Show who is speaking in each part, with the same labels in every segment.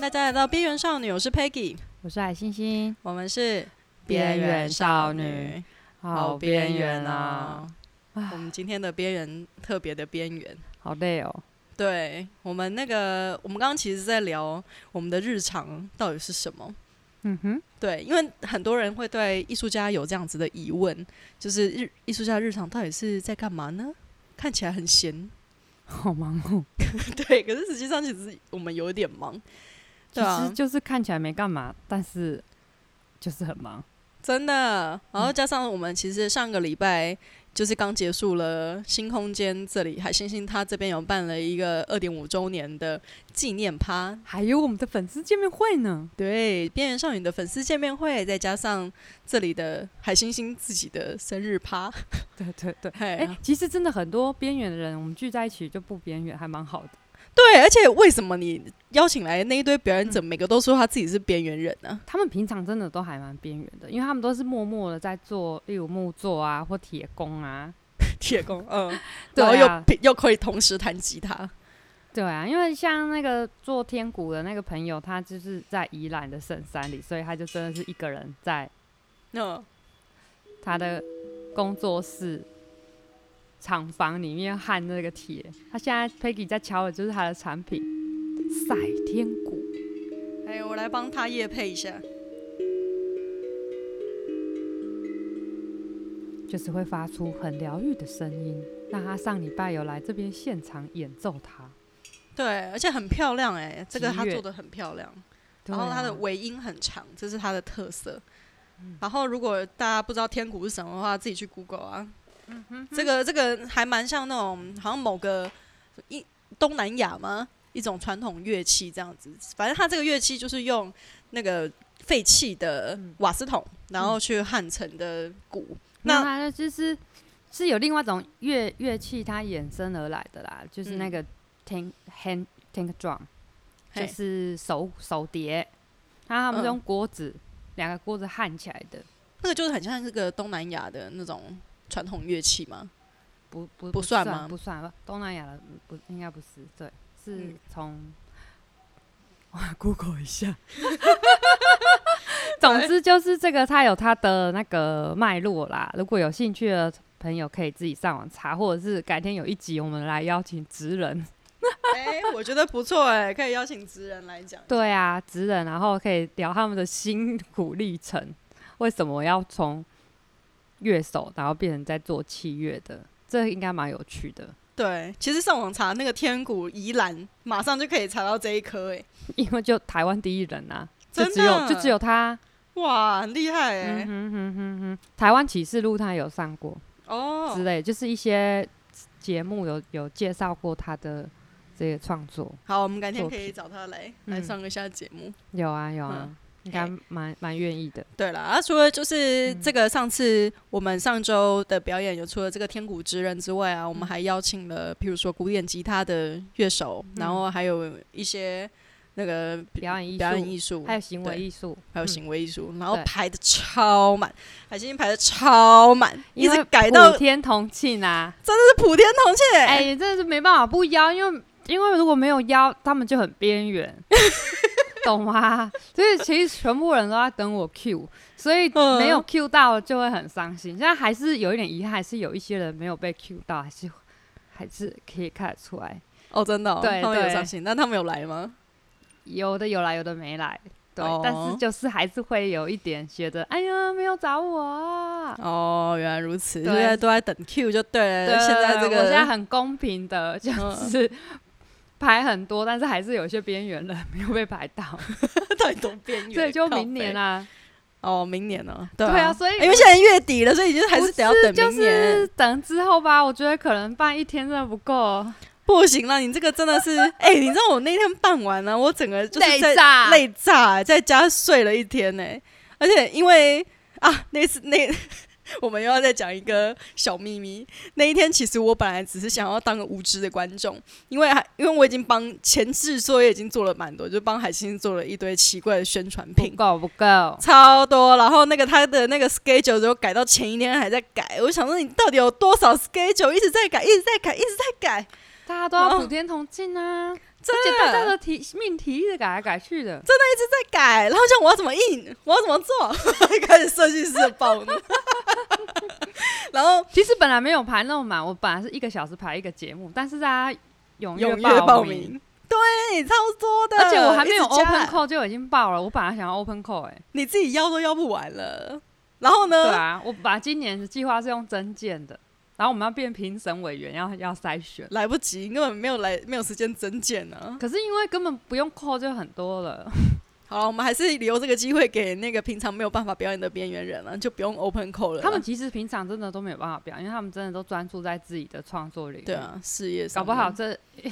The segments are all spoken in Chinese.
Speaker 1: 大家来到边缘少女，我是 Peggy，
Speaker 2: 我是海星星，
Speaker 1: 我们是
Speaker 2: 边缘少女，
Speaker 1: 好边缘啊！
Speaker 2: 啊
Speaker 1: 我们今天的边缘特别的边缘。
Speaker 2: 好累哦。
Speaker 1: 对我们那个，我们刚刚其实在聊我们的日常到底是什么。
Speaker 2: 嗯哼，
Speaker 1: 对，因为很多人会对艺术家有这样子的疑问，就是日艺术家日常到底是在干嘛呢？看起来很闲，
Speaker 2: 好忙哦。
Speaker 1: 对，可是实际上其实我们有一点忙，
Speaker 2: 其
Speaker 1: 对啊
Speaker 2: 实就是看起来没干嘛，但是就是很忙。
Speaker 1: 真的。然后加上我们其实上个礼拜就是刚结束了新空间这里，海星星他这边有办了一个二点五周年的纪念趴，
Speaker 2: 还有我们的粉丝见面会呢，
Speaker 1: 对，边缘少女的粉丝见面会，再加上这里的海星星自己的生日趴，
Speaker 2: 对对对。
Speaker 1: 哎、
Speaker 2: 哎、其实真的很多边缘的人，我们聚在一起就不边缘，还蛮好的。
Speaker 1: 对，而且为什么你邀请来那一堆表演者，每个都说他自己是边缘人啊呢、
Speaker 2: 他们平常真的都还蛮边缘的，因为他们都是默默的在做，例如木作啊或铁工啊。
Speaker 1: 铁工，嗯，
Speaker 2: 对
Speaker 1: 然
Speaker 2: 啊
Speaker 1: 后又、又可以同时弹吉他，
Speaker 2: 对啊，因为像那个做天鼓的那个朋友，他就是在宜兰的深山里，所以他就真的是一个人在
Speaker 1: 那
Speaker 2: 他的工作室厂房里面焊那个铁。他现在 Peggy 在敲的就是他的产品——赛天鼓。
Speaker 1: 哎，我来帮他夜配一下。
Speaker 2: 就是会发出很疗愈的声音。那他上礼拜有来这边现场演奏它，
Speaker 1: 对，而且很漂亮哎、这个
Speaker 2: 吉
Speaker 1: 他
Speaker 2: 乐
Speaker 1: 做的很漂亮，
Speaker 2: 对
Speaker 1: 然后它哦的
Speaker 2: 啊嗯
Speaker 1: 尾音很长，这是它的特色。然后如果大家不知道天鼓是什么的话，自己去 Google 啊。
Speaker 2: 嗯
Speaker 1: 这个这个还蛮像那种好像某个一东南亚吗？一种传统乐器这样子，反正它这个乐器就是用那个废弃的
Speaker 2: 嗯
Speaker 1: 瓦斯桶，然后去焊成的鼓。
Speaker 2: 那
Speaker 1: 那
Speaker 2: 它就是是有另外一种乐乐器它衍生而来的啦，就是那
Speaker 1: 嗯
Speaker 2: 个 tank hand tank drum，就
Speaker 1: 嘿
Speaker 2: 是手手碟，它他们是
Speaker 1: 嗯
Speaker 2: 用锅子两、个锅子焊起来的，
Speaker 1: 那个就是很像这个东南亚的那种传统乐器嘛。
Speaker 2: 不不
Speaker 1: 不算吗
Speaker 2: 不算，东南亚的不应该不是，对，是
Speaker 1: 嗯
Speaker 2: 从、我 Google 一 下。总之就是这个，它有它的那个脉络啦。如果有兴趣的朋友，可以自己上网查，或者是改天有一集我们来邀请职人。
Speaker 1: 哎、我觉得不错哎、可以邀请职人来讲。
Speaker 2: 对啊，职人，然后可以聊他们的辛苦历程，为什么要从乐手，然后变成在做器乐的，这应该蛮有趣的。
Speaker 1: 对，其实上网查那个天谷宜兰，马上就可以查到这一颗哎、
Speaker 2: 因为就台湾第一人啊，就
Speaker 1: 真
Speaker 2: 只有
Speaker 1: 的
Speaker 2: 就只有他。
Speaker 1: 哇，很厉害哎、
Speaker 2: 嗯哼哼哼哼，台湾启示录他有上过之
Speaker 1: 哦，
Speaker 2: 类，就是一些节目有有介绍过他的这个创作。
Speaker 1: 好，我们改天
Speaker 2: 作
Speaker 1: 可以
Speaker 2: 品
Speaker 1: 找他来、
Speaker 2: 嗯
Speaker 1: 来上一下节目。
Speaker 2: 有啊有啊，
Speaker 1: 嗯
Speaker 2: 应该蛮蛮愿意的。
Speaker 1: 对了，啊，除了就是
Speaker 2: 嗯
Speaker 1: 这个上次我们上周的表演，有除了这个天谷之人之外啊，我
Speaker 2: 嗯
Speaker 1: 们还邀请了，譬如说古典吉他的乐手，然后还有一些那个
Speaker 2: 嗯表演艺
Speaker 1: 表演
Speaker 2: 术，
Speaker 1: 艺术，
Speaker 2: 还有行为
Speaker 1: 对
Speaker 2: 艺术，
Speaker 1: 还有
Speaker 2: 嗯
Speaker 1: 行为艺术，然后
Speaker 2: 对
Speaker 1: 排的超满，海星星排的超满，一
Speaker 2: 因为
Speaker 1: 直改到
Speaker 2: 普
Speaker 1: 这
Speaker 2: 天同庆啊！
Speaker 1: 是普天同庆欸、
Speaker 2: 哎、真的是没办法不邀，因为因为如果没有邀，他们就很 边缘。懂吗？所以其实全部人都在等我 Q，所以
Speaker 1: 嗯
Speaker 2: 没有 Q 到就会很伤心。现在还是有一点遗憾，还是有一些人没有被 Q 到，还是还是可以看得出来，
Speaker 1: 哦，真的、哦，
Speaker 2: 对
Speaker 1: 他们有
Speaker 2: 对
Speaker 1: 上新，那他们有来吗？
Speaker 2: 有的有来，有的没来。对，
Speaker 1: 哦
Speaker 2: 但是就是还是会有一点觉得，哎呀，没有找我啊。
Speaker 1: 哦，原来如此，
Speaker 2: 对
Speaker 1: 现在都在等 Q 就对了。
Speaker 2: 对
Speaker 1: 呃现在这
Speaker 2: 我
Speaker 1: 个
Speaker 2: 现在很公平的，就
Speaker 1: 嗯
Speaker 2: 是 排很多，但是还是有一些边缘人没有被排到，
Speaker 1: 到底多边缘？
Speaker 2: 所以就
Speaker 1: 靠
Speaker 2: 明年
Speaker 1: 北
Speaker 2: 啊，
Speaker 1: 哦，明年呢？对
Speaker 2: 对啊，
Speaker 1: 啊，
Speaker 2: 所以
Speaker 1: 因为现在月底了，所以就还是得要等
Speaker 2: 就
Speaker 1: 明
Speaker 2: 是
Speaker 1: 年。
Speaker 2: 等之后吧，我觉得可能办一天真的不够，
Speaker 1: 不行了，你这个真的是，哎，你知道我那天办完了，我整个就是
Speaker 2: 累
Speaker 1: 在
Speaker 2: 炸
Speaker 1: 累炸，在家睡了一天呢。而且因为啊，那次那 我们又要再讲一个小秘密。那一天其实我本来只是想要当个无知的观众，因为还因为我已经帮前置作业已经做了蛮多，就帮海星做了一堆奇怪的宣传
Speaker 2: 不
Speaker 1: 品。
Speaker 2: 够不够。
Speaker 1: 超多，然后那个他的那个 schedule 就改到前一天还在改，我想说你到底有多少 schedule 一直在改，一直在改，一直在改。
Speaker 2: 大家都要普天同庆啊！
Speaker 1: 真
Speaker 2: 而且大家
Speaker 1: 的
Speaker 2: 的题命题一直改来改去的，
Speaker 1: 在改，然后想我要怎么印，我要怎么 做，开始设计师的暴怒。 然后
Speaker 2: 其实本来没有排那么满，我本来是一个小时排一个节目，但是大家
Speaker 1: 踊
Speaker 2: 踊跃
Speaker 1: 跃
Speaker 2: 报
Speaker 1: 报，名，对，超多的，
Speaker 2: 而且我还没有
Speaker 1: 一直加
Speaker 2: open call 就已经报了，我本来想要 open call 哎、
Speaker 1: 你自己邀都邀不完了。然后呢，
Speaker 2: 对啊，我把今年的计划是用增建的，然后我们要变评审委员，要要筛选。
Speaker 1: 来不及，根本没有来，没有时间增减呢。
Speaker 2: 可是因为根本不用扣就很多了，
Speaker 1: 好了，我们还是留这个机会给那个平常没有办法表演的边缘人了，就不用 open call 了啦。
Speaker 2: 他们其实平常真的都没有办法表演，因为他们真的都专注在自己的创作领域。
Speaker 1: 对，啊，事业上
Speaker 2: 搞不好这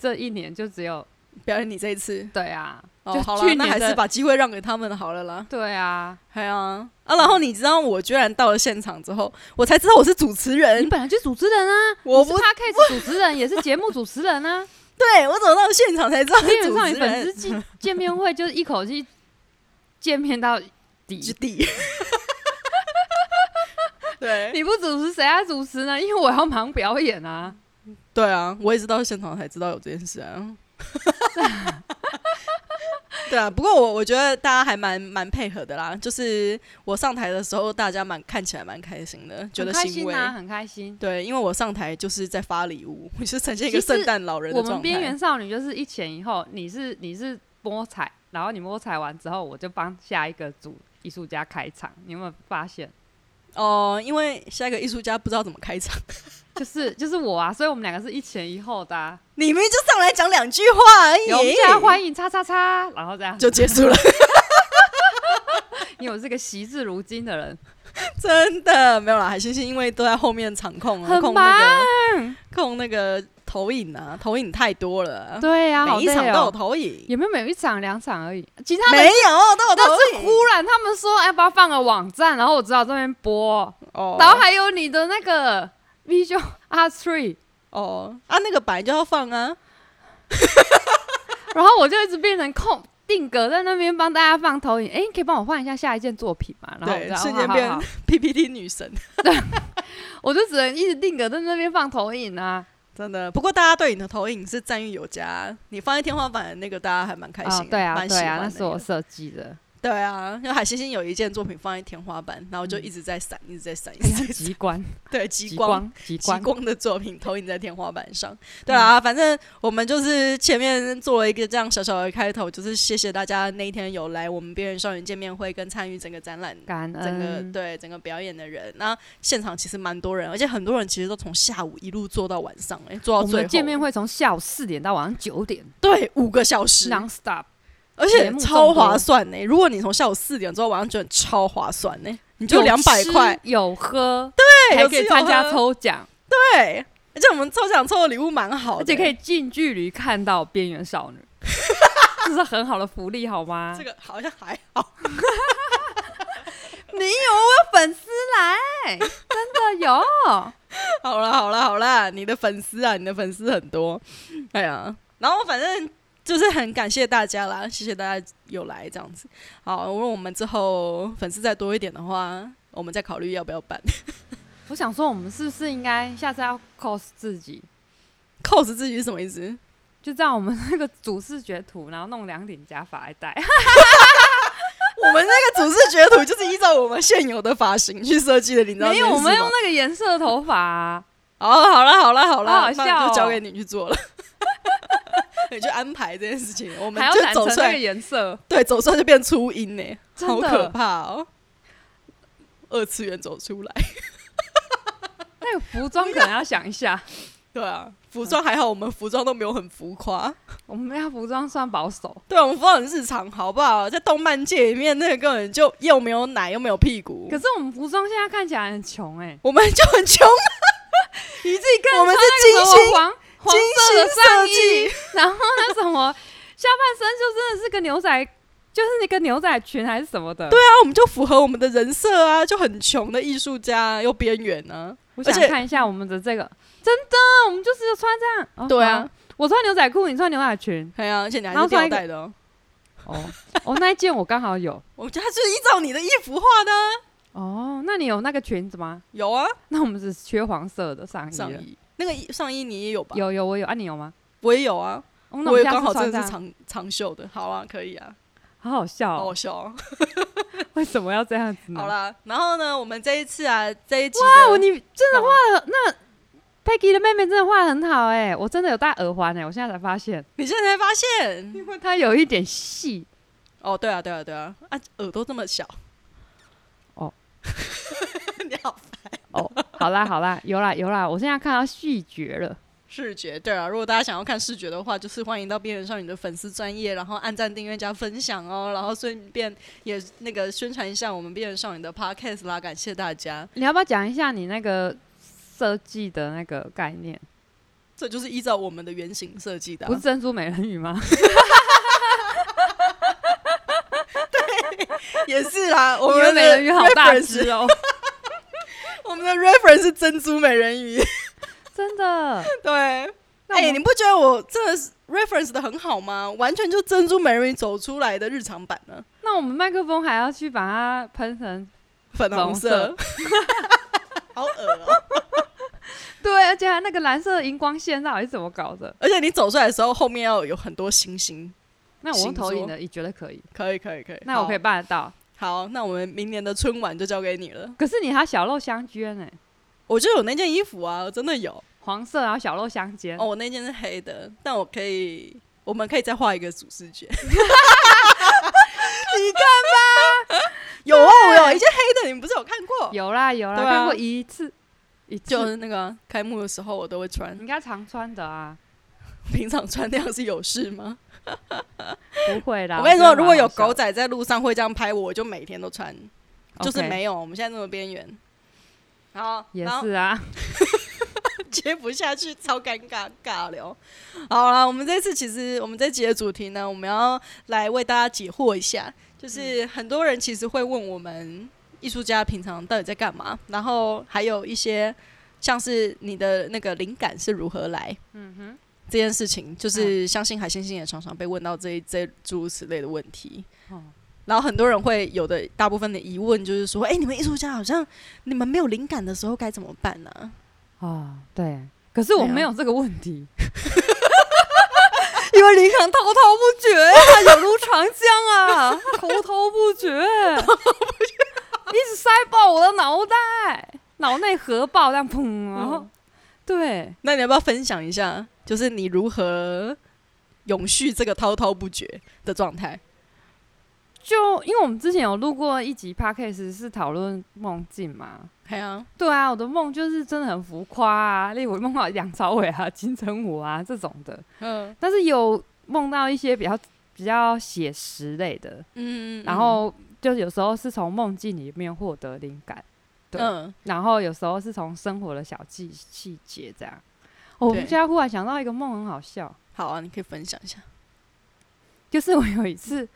Speaker 2: 这一年就只有
Speaker 1: 表演你这一次
Speaker 2: 对啊，
Speaker 1: 哦，
Speaker 2: 就
Speaker 1: 好了，
Speaker 2: 去
Speaker 1: 那
Speaker 2: 年
Speaker 1: 还是
Speaker 2: 的
Speaker 1: 把机会让给他们好了啦。
Speaker 2: 对啊，
Speaker 1: 哎呀啊，然后你知道我居然到了现场之后，我才知道我是主持
Speaker 2: 你
Speaker 1: 人，
Speaker 2: 本来就主持人啊，
Speaker 1: 我
Speaker 2: 你
Speaker 1: 不
Speaker 2: 是 podcast 主持人，也是节目主持人啊。
Speaker 1: 对我怎么到现场才 知道是
Speaker 2: 基本
Speaker 1: 主
Speaker 2: 上
Speaker 1: 持
Speaker 2: 你粉丝
Speaker 1: 人？
Speaker 2: 见见面会就是一口气见面到底
Speaker 1: 之，地，对
Speaker 2: 你不主持谁来主持呢？因为我要忙表演啊。
Speaker 1: 对啊，我也是到现场才知道有这件事啊。对啊，不过我我觉得大家还蛮蛮配合的啦，就是我上台的时候，大家蛮看起来蛮开心的，觉得
Speaker 2: 很开
Speaker 1: 欣
Speaker 2: 心
Speaker 1: 慰。
Speaker 2: 啊，很开心。
Speaker 1: 对，因为我上台就是在发礼物， 我就是呈现一个
Speaker 2: 其实
Speaker 1: 圣诞老人的
Speaker 2: 我
Speaker 1: 状态。
Speaker 2: 们边缘少女就是一前一后，你是你是摸彩，然后你摸彩完之后，我就帮下一个组艺术家开场。你有没有发现？
Speaker 1: 哦、因为下一个艺术家不知道怎么开场，
Speaker 2: 就是就是我啊，所以我们两个是一前一后 的、啊。
Speaker 1: 你明明就上来讲两句话而
Speaker 2: 有
Speaker 1: 已，
Speaker 2: 家欢迎叉叉叉，然后这样，
Speaker 1: 就结束了，
Speaker 2: 因为我是个惜字如金 的人，
Speaker 1: 真的没有啦。海星星因为都在后面场控啊，
Speaker 2: 很
Speaker 1: 控
Speaker 2: 忙
Speaker 1: 那个控那个投影啊，投影太多了，
Speaker 2: 对啊，
Speaker 1: 嗯
Speaker 2: 好
Speaker 1: 每一
Speaker 2: 累
Speaker 1: 场都有
Speaker 2: 哦。
Speaker 1: 投影，
Speaker 2: 有没有每一场两场而已？其他
Speaker 1: 没
Speaker 2: 的
Speaker 1: 有都有
Speaker 2: 但是
Speaker 1: 投影
Speaker 2: 忽然他们说哎要不要放个网站，然后我只好这边播，
Speaker 1: 哦
Speaker 2: 然后还有你的那个 Visual R Three，
Speaker 1: 哦啊，那个本来就要放啊，
Speaker 2: 然后我就一直变成空定格在那边帮大家放投影。哎、你可以帮我换一下下一件作品嘛？然后我
Speaker 1: 对
Speaker 2: 就
Speaker 1: 瞬
Speaker 2: 好
Speaker 1: 间
Speaker 2: 好
Speaker 1: 变
Speaker 2: 好
Speaker 1: PPT 女神，
Speaker 2: 我就只能一直定格在那边放投 影啊。
Speaker 1: 真的。不过大家对你的投影是赞誉有加，你放在天花板的那个大家还蛮开心的、
Speaker 2: 啊，对啊，
Speaker 1: 蛮喜
Speaker 2: 对
Speaker 1: 欢，
Speaker 2: 啊
Speaker 1: 的
Speaker 2: 那
Speaker 1: 那
Speaker 2: 是我
Speaker 1: 个
Speaker 2: 设 计的，
Speaker 1: 对啊，因为海星星有一件作品放在天花板，然后就
Speaker 2: 嗯
Speaker 1: 一直在闪，一直在 闪，一直
Speaker 2: 哎呀
Speaker 1: 在闪。
Speaker 2: 极光，
Speaker 1: 对，
Speaker 2: 极
Speaker 1: 极光。
Speaker 2: 光，极
Speaker 1: 极
Speaker 2: 光。嗯
Speaker 1: 光的作品投影在天花板上，对啊，反正我们就是前面做了一个这样小小的开头，就是谢谢大家那一天有来我们边缘少年见面会跟参与整个展览，
Speaker 2: 感
Speaker 1: 整个
Speaker 2: 恩，
Speaker 1: 对整个表演的人。那现场其实蛮多人，而且很多人其实都从下午一路做到晚上，哎，做
Speaker 2: 我
Speaker 1: 到
Speaker 2: 们
Speaker 1: 最后
Speaker 2: 的见面会从下午四点到晚上九点
Speaker 1: 对五个小时，
Speaker 2: ，non stop。
Speaker 1: 而
Speaker 2: 节
Speaker 1: 且
Speaker 2: 目
Speaker 1: 超
Speaker 2: 众多
Speaker 1: 划算呢、如果你从下午四点做到晚上九点，超划算呢、你就
Speaker 2: 有
Speaker 1: 两百
Speaker 2: 吃
Speaker 1: 块，
Speaker 2: 有喝，
Speaker 1: 对，
Speaker 2: 还
Speaker 1: 有
Speaker 2: 可
Speaker 1: 吃
Speaker 2: 以
Speaker 1: 有
Speaker 2: 参加
Speaker 1: 喝，
Speaker 2: 抽奖，
Speaker 1: 对，而且我们抽奖抽的礼物蛮好的、
Speaker 2: 而且可以近距离看到边 缘少女，这是很好的福利，好吗？
Speaker 1: 这个好像还好，
Speaker 2: 你有我有粉丝来，真的有，
Speaker 1: 好啦好啦好啦，你的粉丝啊，你的粉丝很多，哎呀，然后反正就是很感谢大家啦，谢谢大家有来这样子。好，如果我们之后粉丝再多一点的话，我们再考虑要不要办
Speaker 2: 我想说，我们是不是应该下次要 cos 自己，
Speaker 1: cos 自己是什么意思？
Speaker 2: 就这样，我们那个主视觉图，然后弄两顶假发来戴，
Speaker 1: 我们那个主视觉图就是依照我们现有的发型去设计的， 你知道
Speaker 2: 没有，
Speaker 1: 这件
Speaker 2: 我
Speaker 1: 事吗
Speaker 2: 们用那个颜色的头发、啊，
Speaker 1: 哦，好了好了好了，
Speaker 2: 好好
Speaker 1: 那
Speaker 2: 笑哦
Speaker 1: 就交给你去 做了。你去安排这件事情，我们
Speaker 2: 还要
Speaker 1: 就
Speaker 2: 染
Speaker 1: 走
Speaker 2: 成
Speaker 1: 出
Speaker 2: 那个
Speaker 1: 来，
Speaker 2: 颜色，
Speaker 1: 对，走出来就变初音呢、
Speaker 2: 真
Speaker 1: 好
Speaker 2: 的
Speaker 1: 可怕哦！二次元走出来，
Speaker 2: 那个服装可能要想 一下，
Speaker 1: 对啊，服装还好，我们服装都没有很浮夸，
Speaker 2: 我们要服装算保守，
Speaker 1: 对啊，我们服装很日常，好不好？在动漫界里面，那个根本就又没有奶又没有屁股
Speaker 2: 可，是我们服装现在看起来很穷哎、
Speaker 1: 我们就很穷，
Speaker 2: 你自己看
Speaker 1: 我们
Speaker 2: 穿
Speaker 1: 是
Speaker 2: 那个
Speaker 1: 精
Speaker 2: 什么
Speaker 1: 心
Speaker 2: 黄黄色
Speaker 1: 精
Speaker 2: 的
Speaker 1: 心
Speaker 2: 上
Speaker 1: 设
Speaker 2: 衣
Speaker 1: 计，
Speaker 2: 然后那什么下半身就真的是个牛仔，就是那个牛仔裙还是什么的。
Speaker 1: 对
Speaker 2: 对
Speaker 1: 啊，我们就符合我们的人设啊，就很穷的艺术家啊又边缘呢，
Speaker 2: 我想
Speaker 1: 而且
Speaker 2: 看一下我们的这个，真的，我们就是穿这样。哦
Speaker 1: 对啊，
Speaker 2: 好我穿牛仔裤，你穿牛仔裙。
Speaker 1: 对啊，而且你还
Speaker 2: 然后
Speaker 1: 是
Speaker 2: 穿
Speaker 1: 吊带
Speaker 2: 一个
Speaker 1: 的哦。
Speaker 2: 哦，哦，那一件我刚好有。
Speaker 1: 我觉得他就是依照你的衣服画的啊、
Speaker 2: 哦，那你有那个裙子吗？
Speaker 1: 有啊，
Speaker 2: 那我们只缺黄色的上衣了。
Speaker 1: 上衣那个衣上衣你也有吧？
Speaker 2: 有有我有啊，你有吗？
Speaker 1: 我也有啊，
Speaker 2: 哦那
Speaker 1: 我
Speaker 2: 我
Speaker 1: 也
Speaker 2: 下
Speaker 1: 刚
Speaker 2: 次
Speaker 1: 好
Speaker 2: 穿
Speaker 1: 真的是
Speaker 2: 这样
Speaker 1: 长长袖的，好啊，可以啊，
Speaker 2: 好好嗯笑
Speaker 1: 好
Speaker 2: 哦
Speaker 1: 好，笑哦。
Speaker 2: 为什么要这样子呢？
Speaker 1: 好啦，然后呢，我们这一次啊，这一集
Speaker 2: 哦，
Speaker 1: 的
Speaker 2: 你真的
Speaker 1: 干嘛
Speaker 2: 画的那 Peggy 的妹妹真的画的很好哎、我真的有戴耳环哎、我现在才发现，
Speaker 1: 你现在才发现
Speaker 2: 因为它有一点细
Speaker 1: 哦，对啊，对啊，对啊，啊，耳朵这么小，
Speaker 2: 哦，
Speaker 1: 你好
Speaker 2: 哦。好啦好啦，有啦有啦，我现在看到细节了。
Speaker 1: 视觉，对啊，如果大家想要看视觉的话，就是欢迎到边缘少女的粉丝专业，然后按赞、订阅、加分享哦，然后顺便也那个宣传一下我们边缘少女的 podcast 啦，感谢大家。
Speaker 2: 你要不要讲一下你那个设计的那个概念？
Speaker 1: 这就是依照我们的原型设 计的、
Speaker 2: 不是珍珠美人 鱼吗？
Speaker 1: 也是啦。我
Speaker 2: 以为
Speaker 1: 们
Speaker 2: 美人鱼好大
Speaker 1: reference，
Speaker 2: 只哦，
Speaker 1: 我们的 reference 是珍珠美人鱼。
Speaker 2: 真的。
Speaker 1: 对，哎、
Speaker 2: 那我们
Speaker 1: 你不觉得我真的是 reference 的很好吗？完全就珍珠美人鱼走出来的日常版呢，
Speaker 2: 那我们麦克风还要去把它喷成
Speaker 1: 粉
Speaker 2: 红
Speaker 1: 红
Speaker 2: 色
Speaker 1: 色，，好恶哦、
Speaker 2: 对，而且它那个蓝色的荧光线到底是怎么搞的？
Speaker 1: 而且你走出来的时候，后面要有很多星星。
Speaker 2: 那我用
Speaker 1: 请
Speaker 2: 投影
Speaker 1: 说
Speaker 2: 的也觉得可以，
Speaker 1: 可以，可以，可以。
Speaker 2: 那我可以
Speaker 1: 好
Speaker 2: 办得到。
Speaker 1: 好，那我们明年的春晚就交给你了。
Speaker 2: 可是你还小肉相间呢、
Speaker 1: 我就有那件衣服啊，我真的有。
Speaker 2: 黄色然后小肉相间。
Speaker 1: 哦，我那件是黑的，但我可以，我们可以再画一个主视 觉。你看吧，有啊，我有一件黑的，你们不是有看过？
Speaker 2: 有啦有啦，
Speaker 1: 对啊
Speaker 2: 看过一次，一次
Speaker 1: 就是那个开幕的时候，我都会穿
Speaker 2: 你。应该常穿的啊，
Speaker 1: 平常穿那样是有事吗？
Speaker 2: 不会啦。
Speaker 1: 我跟你说，如果有狗
Speaker 2: 狗，
Speaker 1: 仔在路上会这样拍我，我就每天都穿，就是没有。我们现在这么边缘，好，
Speaker 2: 也
Speaker 1: 然后
Speaker 2: 是啊，
Speaker 1: 接不下去，超尴尬尬聊。好啦，我们这次其实我们这集的主题呢，我们要来为大家解惑一下，就是很多人其实会问我们艺术家平常到底在干嘛，然后还有一些像是你的那个灵感是如何来，嗯哼。这件事情就是相信海星星也常常被问到这一这诸如此类的问题，
Speaker 2: 哦
Speaker 1: 然后很多人会有的大部分的疑问就是说，哎、你们艺术家好像你们没有灵感的时候该怎么办呢、
Speaker 2: 哦，对。可是我
Speaker 1: 对啊
Speaker 2: 没有这个问 题，
Speaker 1: 因为灵感
Speaker 2: 滔滔不绝啊，有如长江啊，滔滔 不绝，一直塞爆我的脑袋，脑内核爆，这样砰，然
Speaker 1: 嗯
Speaker 2: 后对，
Speaker 1: 那你要不要分享一下，就是你如何永续这个滔滔不绝的状态？
Speaker 2: 就因为我们之前有录过一集 podcast 是讨论梦境嘛，
Speaker 1: 对啊，
Speaker 2: 对啊，我的梦就是真的很浮夸啊，例如我梦到梁朝伟啊、金城武啊这种的，
Speaker 1: 嗯
Speaker 2: 但是有梦到一些比较比较写实类的，
Speaker 1: 嗯
Speaker 2: 然后就有时候是从梦境里面获得灵感，对
Speaker 1: 嗯，
Speaker 2: 然后有时候是从生活的小细细节这样。哦我们
Speaker 1: 对
Speaker 2: 现在忽然想到一个梦，很好笑，
Speaker 1: 好啊，你可以分享一下。
Speaker 2: 就是我有一次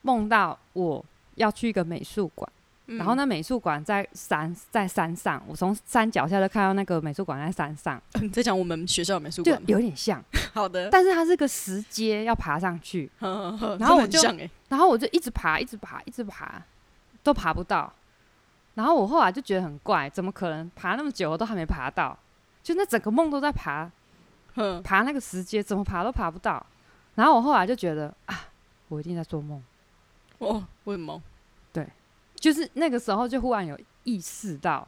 Speaker 2: 梦到我要去一个美术馆。
Speaker 1: 嗯
Speaker 2: 然后？那美术馆在山在山上，我从山脚下就看到那个美术馆在山上，
Speaker 1: 你在讲我们学校的美术
Speaker 2: 就
Speaker 1: 馆吗？
Speaker 2: 有点像，
Speaker 1: 好 的，
Speaker 2: 但是它是个石阶要爬上去，
Speaker 1: 然
Speaker 2: 然后我就
Speaker 1: 像哎，
Speaker 2: 然后我就一直爬，一直爬，一直爬，都爬不到。然后我后来就觉得很怪，怎么可能爬那么久我都还没爬到？就那整个梦都在爬
Speaker 1: 嗯，
Speaker 2: 爬那个石阶，怎么爬都爬不到。然后我后来就觉得啊，我一定在做梦。
Speaker 1: 哦，为什么？
Speaker 2: 就是那个时候就忽然有意识到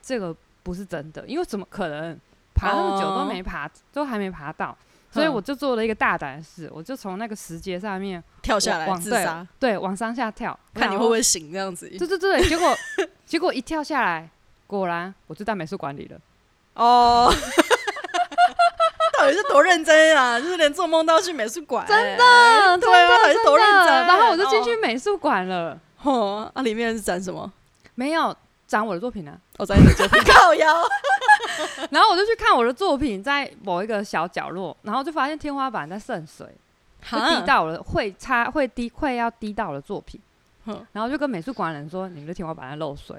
Speaker 2: 这个不是真的，因为怎么可能爬那么久
Speaker 1: 哦
Speaker 2: 都没爬，都还没爬到，所以我就做了一个大胆的事，我就从那个石阶上面
Speaker 1: 跳下来
Speaker 2: 往
Speaker 1: 自杀，
Speaker 2: 对往上下跳，
Speaker 1: 看你
Speaker 2: 然
Speaker 1: 会
Speaker 2: 后
Speaker 1: 不会醒这样子？
Speaker 2: 对对对，结果 结果一跳下来，果然我就到美术馆里了。
Speaker 1: 哦。 到底是多认真啊！就是连做梦都要去美术馆、欸真的，
Speaker 2: 嗯，
Speaker 1: 对啊，到底
Speaker 2: 真
Speaker 1: 是
Speaker 2: 的
Speaker 1: 多认真、
Speaker 2: 然后我就进去
Speaker 1: 哦，
Speaker 2: 美术馆了，
Speaker 1: 哦，啊，里面是展什么？哦
Speaker 2: 没有展我的作品啊。
Speaker 1: 我在你的作品靠腰，
Speaker 2: 然后我就去看我的作品在某一个小角落，然后就发现天花板在渗水。就滴到了，会擦会滴会要滴到了作品
Speaker 1: 哼。
Speaker 2: 然后就跟美术馆的人说：“你们的天花板在漏 水，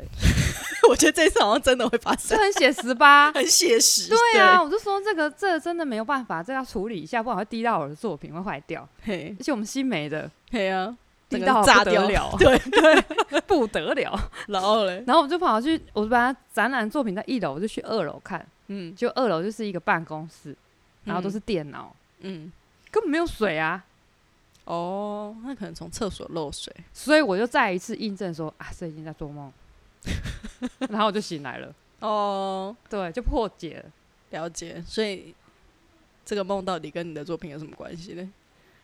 Speaker 1: 我觉得这次好像真的会发
Speaker 2: 这
Speaker 1: 生，？”
Speaker 2: 很写实吧
Speaker 1: 很写实。
Speaker 2: 对 啊，，我就说这个这个真的没有办法，这个要处理一下，不然会滴到我的作品会坏掉。
Speaker 1: 嘿，
Speaker 2: 而且我们新美的
Speaker 1: 嘿啊，
Speaker 2: 滴
Speaker 1: 整个
Speaker 2: 到不
Speaker 1: 炸
Speaker 2: 得
Speaker 1: 掉，
Speaker 2: 了
Speaker 1: 对，
Speaker 2: 不得了。
Speaker 1: 然后嘞，
Speaker 2: 然后我就跑去，我就把它展览作品在一楼，我就去二楼看。
Speaker 1: 嗯，
Speaker 2: 就二楼就是一个办公室，然后都是电脑，
Speaker 1: 嗯，
Speaker 2: 根本没有水啊。
Speaker 1: 哦，那可能从厕所漏水。
Speaker 2: 所以我就再一次印证说啊，这已经在做梦， 然后我就醒来了，
Speaker 1: 哦，
Speaker 2: 对，就破解了，
Speaker 1: 了解。所以这个梦到底跟你的作品有什么关系呢？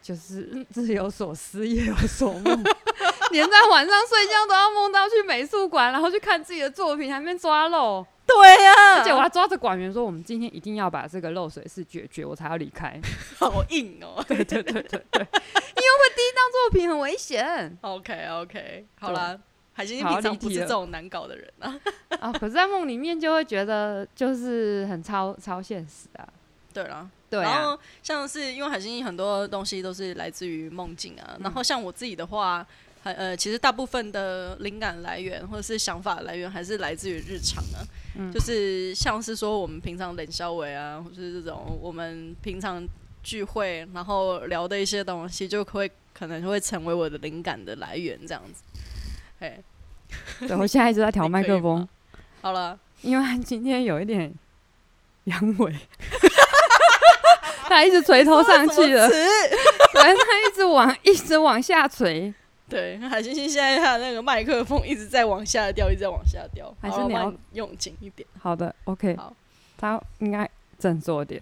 Speaker 2: 就是嗯日有所思，夜有所梦。 连在晚上睡觉都要梦到去美术馆，然后去看自己的作品，还没抓漏，
Speaker 1: 对啊呀、
Speaker 2: 而且我还抓着馆员说，我们今天一定要把这个漏水事解决，我才要离开。
Speaker 1: 好硬 哦。
Speaker 2: 对对对对对，因为会滴到作品很危险
Speaker 1: OK OK，好
Speaker 2: 对
Speaker 1: 啦，海星星
Speaker 2: 好
Speaker 1: 平常
Speaker 2: 立体
Speaker 1: 不是
Speaker 2: 了
Speaker 1: 这种难搞的人啊。
Speaker 2: 啊。可是，在梦里面就会觉得就是很超超现实啊。
Speaker 1: 对啦，
Speaker 2: 对
Speaker 1: 然
Speaker 2: 啊，
Speaker 1: 后像是因为海星星很多东西都是来自于梦境啊，
Speaker 2: 嗯
Speaker 1: 然后像我自己的话。还呃，其实大部分的灵感来源或者是想法来源还是来自于日常啊，
Speaker 2: 嗯
Speaker 1: 就是像是说我们平常冷笑话啊，或是这种我们平常聚会然后聊的一些东西，就会可能会成为我的灵感的来源这样子。哎，
Speaker 2: 对我现在一直在调
Speaker 1: 你
Speaker 2: 麦
Speaker 1: 可
Speaker 2: 克
Speaker 1: 以
Speaker 2: 风
Speaker 1: 吗，好了，
Speaker 2: 因为他今天有一点阳痿， 他一直垂头丧气 的，反正他一直往 一直往下垂，
Speaker 1: 对，海星星现在他的那个麦克风一直在往下掉，一直在往下掉，
Speaker 2: 还是
Speaker 1: 好了
Speaker 2: 你要
Speaker 1: 我帮用紧一点。
Speaker 2: 好的，OK，
Speaker 1: 好
Speaker 2: 他应该振作点，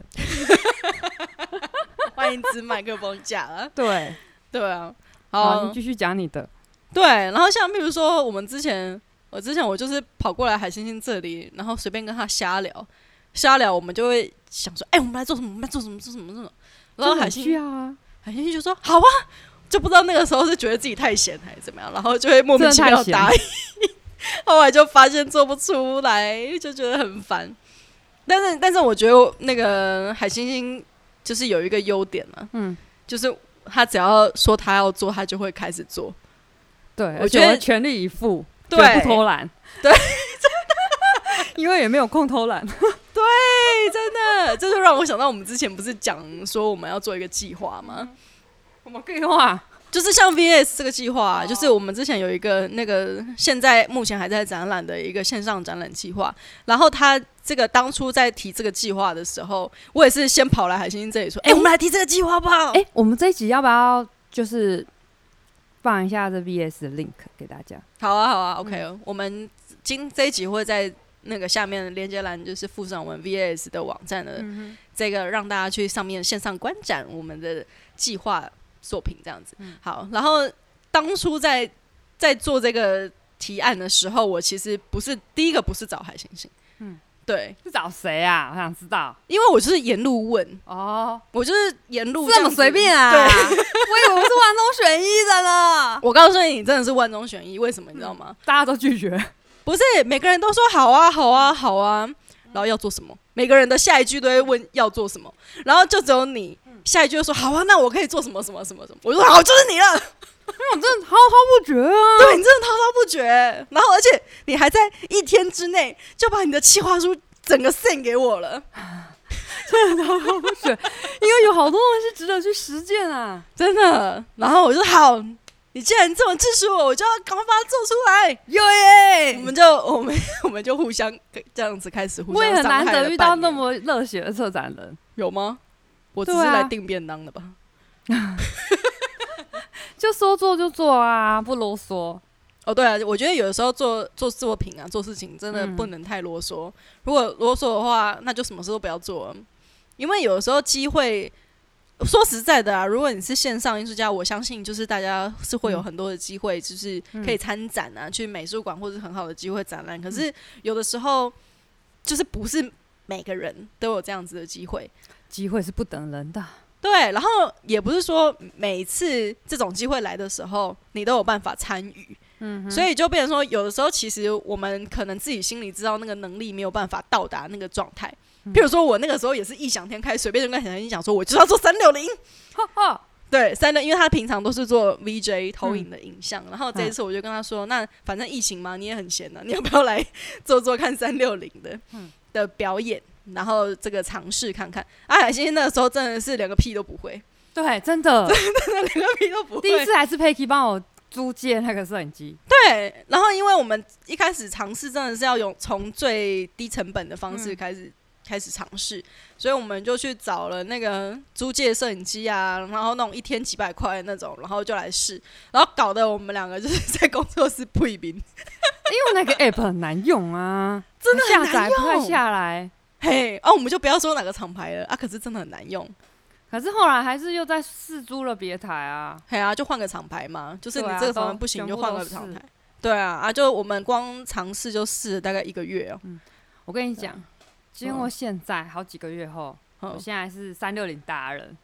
Speaker 1: 换一支麦克风架了。
Speaker 2: 对，
Speaker 1: 对啊，
Speaker 2: 好，
Speaker 1: 好
Speaker 2: 你，继续讲你的，
Speaker 1: 对，然后像比如说我们之前，我之前我就是跑过来海星星这里，然后随便跟他瞎聊，瞎聊我们就会想说，哎、我们来做什么？我们来做什么？做什么？做什么？然后
Speaker 2: 这
Speaker 1: 海
Speaker 2: 很
Speaker 1: 星
Speaker 2: 需要啊，
Speaker 1: 海星星就说好啊，就不知道那个时候是觉得自己太闲还是怎么样，然后就会莫名其妙
Speaker 2: 真的太闲
Speaker 1: 答应，后来就发现做不出来，就觉得很烦。但是，但是我觉得我那个海星星就是有一个优点啊，
Speaker 2: 嗯，
Speaker 1: 就是他只要说他要做，他就会开始做。
Speaker 2: 对，
Speaker 1: 我
Speaker 2: 而且
Speaker 1: 觉
Speaker 2: 我
Speaker 1: 得
Speaker 2: 全力以赴，绝
Speaker 1: 对
Speaker 2: 不偷 懒，
Speaker 1: 对，
Speaker 2: 因为也没有空偷懒，
Speaker 1: 那这就让我想到我们之前不是讲说我们要做一个计划吗？
Speaker 2: 我们计划，
Speaker 1: 就是像 VS 这个计划啊、就是我们之前有一个那个现在目前还在展览的一个线上展览计划，然后他这个当初在提这个计划的时候，我也是先跑来海星星这里说，哎、
Speaker 2: 诶
Speaker 1: 我们来提这个计划吧。
Speaker 2: 哎，我们这一集要不要就是放一下这 VS 的 link 给大家？
Speaker 1: 好啊，好啊，OK，、我们今这一集会在那个下面的连接栏，就是附上我们 VS 的网站的
Speaker 2: 嗯
Speaker 1: 这个让大家去上面线上观展我们的计划作品这样子。
Speaker 2: 嗯
Speaker 1: 好，然后当初在在做这个提案的时候，我其实不是第一个，不是找海星星，嗯
Speaker 2: 嗯，
Speaker 1: 对，
Speaker 2: 是找谁啊？我想知道。
Speaker 1: 因为我就是沿路问，
Speaker 2: 哦，
Speaker 1: 我就是沿路
Speaker 2: 这
Speaker 1: 样
Speaker 2: 么
Speaker 1: 子
Speaker 2: 随便啊？
Speaker 1: 对。
Speaker 2: 我以为是万中选一的呢。
Speaker 1: 我告诉你，真的是万中选一，为什么你知道吗？
Speaker 2: 大家都拒绝，
Speaker 1: 不是每个人都说好啊，好啊，好啊，然后要做什么？每个人的下一句都会问要做什么，然后就只有你
Speaker 2: 嗯
Speaker 1: 下一句就说好啊，那我可以做什么什么什么什么，我就说好，就是你了。
Speaker 2: 我真的滔滔不绝啊！
Speaker 1: 对你真的滔滔不绝，然后而且你还在一天之内就把你的企划书整个 send 给我了，
Speaker 2: 因为有好多东西值得去实践啊。
Speaker 1: 真的。然后我就好，你既然这么支持我，我就要赶快把它做出来。
Speaker 2: 有
Speaker 1: 我
Speaker 2: 耶！
Speaker 1: 们就我们我们就互相这样子开始互
Speaker 2: 我也
Speaker 1: 相
Speaker 2: 很
Speaker 1: 伤害
Speaker 2: 难
Speaker 1: 了
Speaker 2: 得遇到
Speaker 1: 半
Speaker 2: 那
Speaker 1: 年
Speaker 2: 么热血的策展人，
Speaker 1: 有吗？我只是
Speaker 2: 对啊
Speaker 1: 来订便当的吧。
Speaker 2: 就说做就做啊，不啰嗦。
Speaker 1: 哦，对啊，我觉得有的时候做做作品啊，做事情真的
Speaker 2: 嗯
Speaker 1: 不能太啰嗦。如果啰嗦的话，那就什么事都不要做了，因为有的时候机会，说实在的啊，如果你是线上艺术家，我相信就是大家是会有
Speaker 2: 嗯
Speaker 1: 很多的机会，就是可以参展啊，去美术馆或者是很好的机会展
Speaker 2: 嗯
Speaker 1: 览。可是有的时候，就是不是每个人都有这样子的机会。
Speaker 2: 机会是不等人的，
Speaker 1: 对，然后也不是说每次这种机会来的时候，你都有办法参与。嗯，所以就变成说，有的时候其实我们可能自己心里知道那个能力没有办法到达那个状态。譬如说，我那个时候也是异想天开，随便就跟小天讲说，我就是要做三六零。
Speaker 2: 哈哈，
Speaker 1: 对，三六，因为他平常都是做 VJ 投影的影像，然后这一次我就跟他说，那反正疫情嘛，你也很闲呢、你要不要来做做看三六零的、的表演，然后这个尝试看看。啊，海星那个时候真的是连个屁都不会。
Speaker 2: 对，真的，
Speaker 1: 连个屁都不会。
Speaker 2: 第一次还是 Peggy 帮我租借那个摄影机，
Speaker 1: 对，
Speaker 2: 嗯
Speaker 1: 然后因为我们一开始尝试真的是要用从最低成本的方式开始开始尝试，所以我们就去找了那个租借摄影机啊，然后那种一天几百块的那种，然后就来试，然后搞得我们两个就是在工作室不一名，
Speaker 2: 因为那个 app 很难用啊，
Speaker 1: 真的很
Speaker 2: 下载
Speaker 1: 难
Speaker 2: 不太
Speaker 1: 用。
Speaker 2: 下来。
Speaker 1: 嘿，啊，我们就不要说哪个厂牌了啊，可是真的很难用。
Speaker 2: 可是后来还是又在试租了别台啊，
Speaker 1: 嘿啊，就换个厂牌嘛，就是你
Speaker 2: 对啊
Speaker 1: 这个厂牌
Speaker 2: 都
Speaker 1: 不行，
Speaker 2: 全
Speaker 1: 就
Speaker 2: 部
Speaker 1: 换
Speaker 2: 都
Speaker 1: 个厂
Speaker 2: 试
Speaker 1: 牌。对啊，啊，就我们光尝试就试了大概一个月哦、
Speaker 2: 嗯我跟你讲，经过现在好几个月后，
Speaker 1: 嗯
Speaker 2: 我现在是三六零 达人，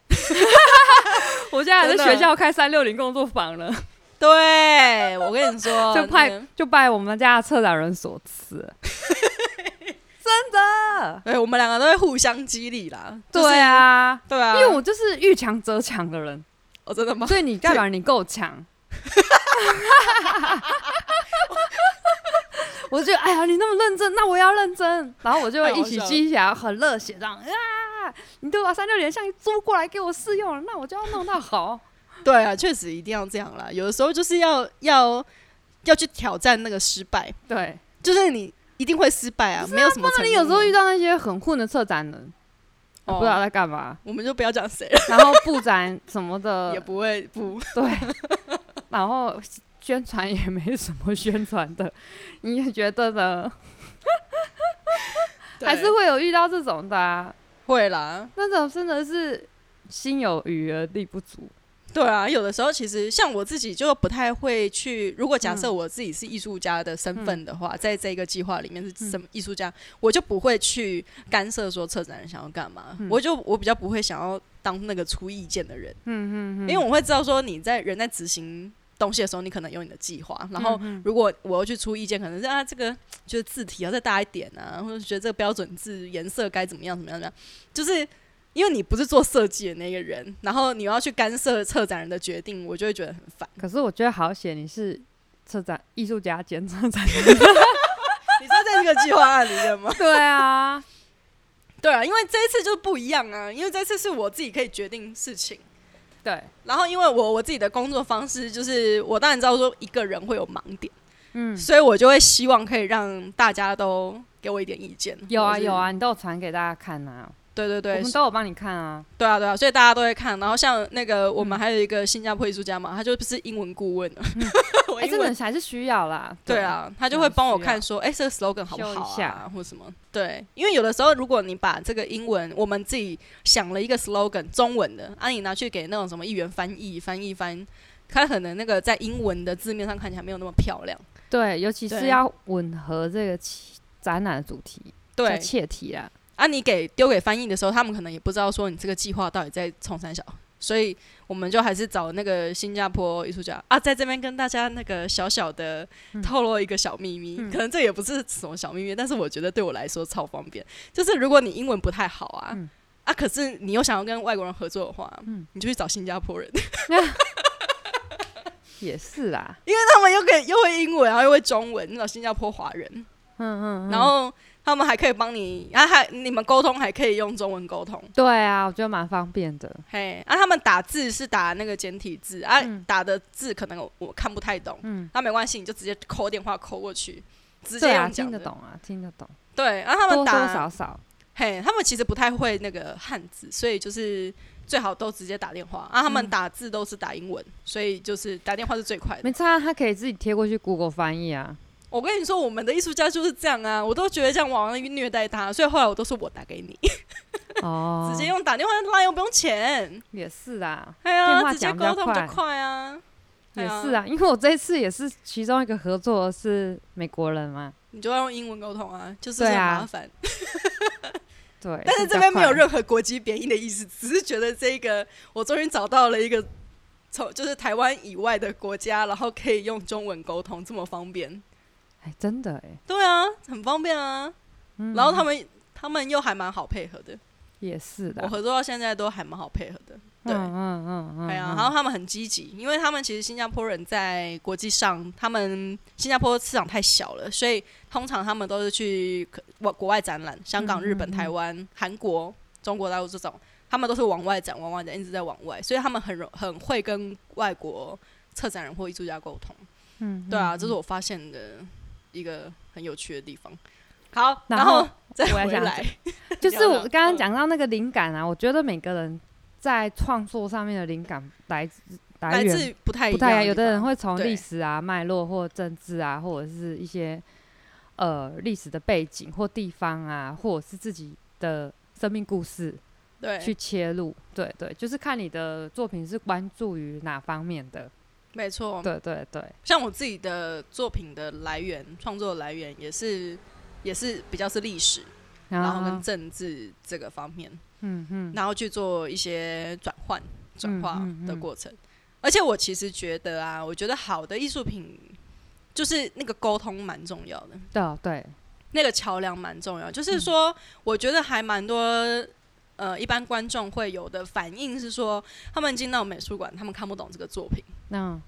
Speaker 2: 我现在还在
Speaker 1: 真的
Speaker 2: 学校开三六零工作坊了，
Speaker 1: 对，我跟你 说，
Speaker 2: 就
Speaker 1: 那
Speaker 2: 拜
Speaker 1: 个
Speaker 2: 就拜我们家的策展人所 赐，真的，
Speaker 1: 对，我们两个都会互相激励啦。就是
Speaker 2: 对，啊，
Speaker 1: 对啊，
Speaker 2: 因为我就是遇强则强的人，
Speaker 1: 哦，真的吗？
Speaker 2: 所以你代表你够强。 我就哎呀，你那么认真，那我也要认真，然后我就
Speaker 1: 太
Speaker 2: 会
Speaker 1: 好
Speaker 2: 一起
Speaker 1: 笑了
Speaker 2: 激起来，很热血这样啊！你都把三六零相机租过来给我试用了，那我就要弄到好。
Speaker 1: 对啊，确实一定要这样啦。有的时候就是要要要去挑战那个失败，
Speaker 2: 对，
Speaker 1: 就是你一定会失败啊，没有什么成功。
Speaker 2: 那你有时候遇到那些很混的策展人，我不知道
Speaker 1: 哦，
Speaker 2: 在干嘛，
Speaker 1: 我们就不要讲谁了，
Speaker 2: 然后布展什么的
Speaker 1: 也不会不
Speaker 2: 对，然后宣传也没什么宣传的，你也觉得呢？还是
Speaker 1: 对
Speaker 2: 会有遇到这种的啊。
Speaker 1: 会啦。
Speaker 2: 那种真的是心有余而力不足。
Speaker 1: 对啊，有的时候其实像我自己就不太会去。如果假设我自己是艺术家的身份的话，在这个计划里面是什么艺术家，我就不会去干涉说策展人想要干嘛。我就我比较不会想要当那个出意见的人，
Speaker 2: 嗯
Speaker 1: 因为我会知道说你在人在执行东西的时候，你可能有你的计划，然后
Speaker 2: 嗯
Speaker 1: 如果我要去出意见，可能是啊这个就是字体要再大一点啊，或者觉得这个标准字颜色该怎么样怎么样怎么样，就是因为你不是做设计的那个人，然后你要去干涉策展人的决定，我就会觉得很烦。
Speaker 2: 可是我觉得好险，你是策展艺术家兼策展人。？
Speaker 1: 你说在这个计划案里面吗
Speaker 2: 对啊，
Speaker 1: 对啊，因为这一次就不一样啊，因为这次是我自己可以决定事情。
Speaker 2: 对，
Speaker 1: 然后，因为我我自己的工作方式就是，我当然知道说一个人会有盲点，
Speaker 2: 嗯，
Speaker 1: 所以我就会希望可以让大家都给我一点意见。
Speaker 2: 有
Speaker 1: 或
Speaker 2: 啊
Speaker 1: 者是
Speaker 2: 有，啊，你都有传给大家看啊，
Speaker 1: 对对
Speaker 2: 我
Speaker 1: 对
Speaker 2: 们，都有帮你看啊。
Speaker 1: 对啊对啊，所以大家都会看。然后像那个我们还有一个新加坡艺术家嘛，他就不是英文顾问了， 我
Speaker 2: 哎，
Speaker 1: 英
Speaker 2: 真
Speaker 1: 文
Speaker 2: 的还是需要啦。
Speaker 1: 对，啊，他就会帮我看说，哎、这个 slogan 好不
Speaker 2: 修一
Speaker 1: 好啊
Speaker 2: 下，
Speaker 1: 或什么？对，因为有的时候，如果你把这个英文，我们自己想了一个 slogan 中文的，啊，你拿去给那种什么议员翻译，翻译翻，他可能那个在英文的字面上看起来没有那么漂亮。
Speaker 2: 对，尤其是
Speaker 1: 对
Speaker 2: 要吻合这个期展览的主题，叫
Speaker 1: 对，
Speaker 2: 切题啦。
Speaker 1: 啊，你给丢给翻译的时候，他们可能也不知道说你这个计划到底在冲三小，所以我们就还是找那个新加坡艺术家啊，在这边跟大家那个小小的
Speaker 2: 嗯
Speaker 1: 透露一个小秘密，可能这也不是什么小秘密，但是我觉得对我来说超方便，就是如果你英文不太好啊。
Speaker 2: 嗯
Speaker 1: 啊！可是你又想要跟外国人合作的话，
Speaker 2: 嗯
Speaker 1: 你就去找新加坡人，
Speaker 2: 也是啦，
Speaker 1: 因为他们又可以又会英文，然后又会中文，你找新加坡华人，
Speaker 2: 嗯嗯嗯，
Speaker 1: 然后他们还可以帮你，啊还你们沟通还可以用中文沟通，
Speaker 2: 对啊，我觉得蛮方便的。
Speaker 1: 嘿，啊，他们打字是打那个简体字啊，
Speaker 2: 嗯
Speaker 1: 打的字可能我我看不太懂，
Speaker 2: 嗯，
Speaker 1: 那、没关系，你就直接扣电话扣过去，直接
Speaker 2: 对啊，
Speaker 1: 用讲
Speaker 2: 听
Speaker 1: 的。
Speaker 2: 得懂啊，听得懂，
Speaker 1: 对，啊，他们
Speaker 2: 多多
Speaker 1: 打，
Speaker 2: 少少。
Speaker 1: 嘿，他们其实不太会那个汉字，所以就是最好都直接打电话
Speaker 2: 嗯
Speaker 1: 啊。他们打字都是打英文，所以就是打电话是最快的
Speaker 2: 没。差啊，他可以自己贴过去 Google 翻译啊。
Speaker 1: 我跟你说，我们的艺术家就是这样啊，我都觉得这样网上虐待他，所以后来我都是我打给你，
Speaker 2: 哦，
Speaker 1: 直接用打电话拉又不用钱，
Speaker 2: 也是啊，
Speaker 1: 哎
Speaker 2: 电
Speaker 1: 呀，
Speaker 2: 话
Speaker 1: 直接
Speaker 2: 讲比
Speaker 1: 沟
Speaker 2: 较
Speaker 1: 通就
Speaker 2: 快
Speaker 1: 快啊。对
Speaker 2: 也
Speaker 1: 啊
Speaker 2: 是啊，因为我这次也是其中一个合作是美国人嘛，
Speaker 1: 你就要用英文沟通啊，就是
Speaker 2: 对
Speaker 1: 很
Speaker 2: 啊
Speaker 1: 麻烦。
Speaker 2: 对，
Speaker 1: 但是这边没有
Speaker 2: 任
Speaker 1: 任何国籍贬义的意思， 只是觉得这个我终于找到了一个从就是台湾以外的国家，然后可以用中文沟通这么方便。
Speaker 2: 哎，真的哎，
Speaker 1: 对啊，很方便啊。
Speaker 2: 嗯
Speaker 1: 然后他们他们又还蛮好配合的，
Speaker 2: 也是的啊
Speaker 1: 我，合作到现在都还蛮好配合的。对，
Speaker 2: 嗯嗯嗯嗯，
Speaker 1: 哎呀，
Speaker 2: 嗯
Speaker 1: 然后他们很积极，因为他们其实新加坡人在国际上，他们新加坡市场太小了，所以通常他们都是去可国国外展览，香港、日本、台湾、韩国、中国大陆这种，他们都是往外展、往外展，一直在往外，所以他们很容很会跟外国策展人或艺术家沟通。啊
Speaker 2: 嗯，
Speaker 1: 对啊，这是我发现的一个很有趣的地方。好，
Speaker 2: 然
Speaker 1: 然后
Speaker 2: 后
Speaker 1: 再
Speaker 2: 我也
Speaker 1: 回
Speaker 2: 想
Speaker 1: 来。
Speaker 2: 就是我
Speaker 1: 聊聊
Speaker 2: 刚刚
Speaker 1: 嗯
Speaker 2: 讲到那个灵感啊，我觉得每个人在创作上面的灵感来自来
Speaker 1: 来
Speaker 2: 源
Speaker 1: 自不太一
Speaker 2: 不
Speaker 1: 样
Speaker 2: 太一样，
Speaker 1: 地
Speaker 2: 有的人
Speaker 1: 方
Speaker 2: 会从
Speaker 1: 对
Speaker 2: 历史啊、脉络或政治啊，或者是一些呃历史的背景或地方啊，或者是自己的生命故事去
Speaker 1: 对，
Speaker 2: 切入。对对，就是看你的作品是关注于哪方面的。
Speaker 1: 没错。
Speaker 2: 对对对，
Speaker 1: 像我自己的作品的来源、创作来源也是也是比较是历史，然后跟政治这个方面，
Speaker 2: 啊嗯嗯，
Speaker 1: 然后去做一些转换、转化
Speaker 2: 嗯
Speaker 1: 的
Speaker 2: 嗯
Speaker 1: 过程。而且我其实觉得啊，我觉得好的艺术品就是那个沟通蛮重要的，
Speaker 2: 对哦对，
Speaker 1: 那个桥梁蛮重要。就是说，我觉得还蛮多呃，一般观众会有的反应是说，他们进到美术馆，他们看不懂这个作品。
Speaker 2: 那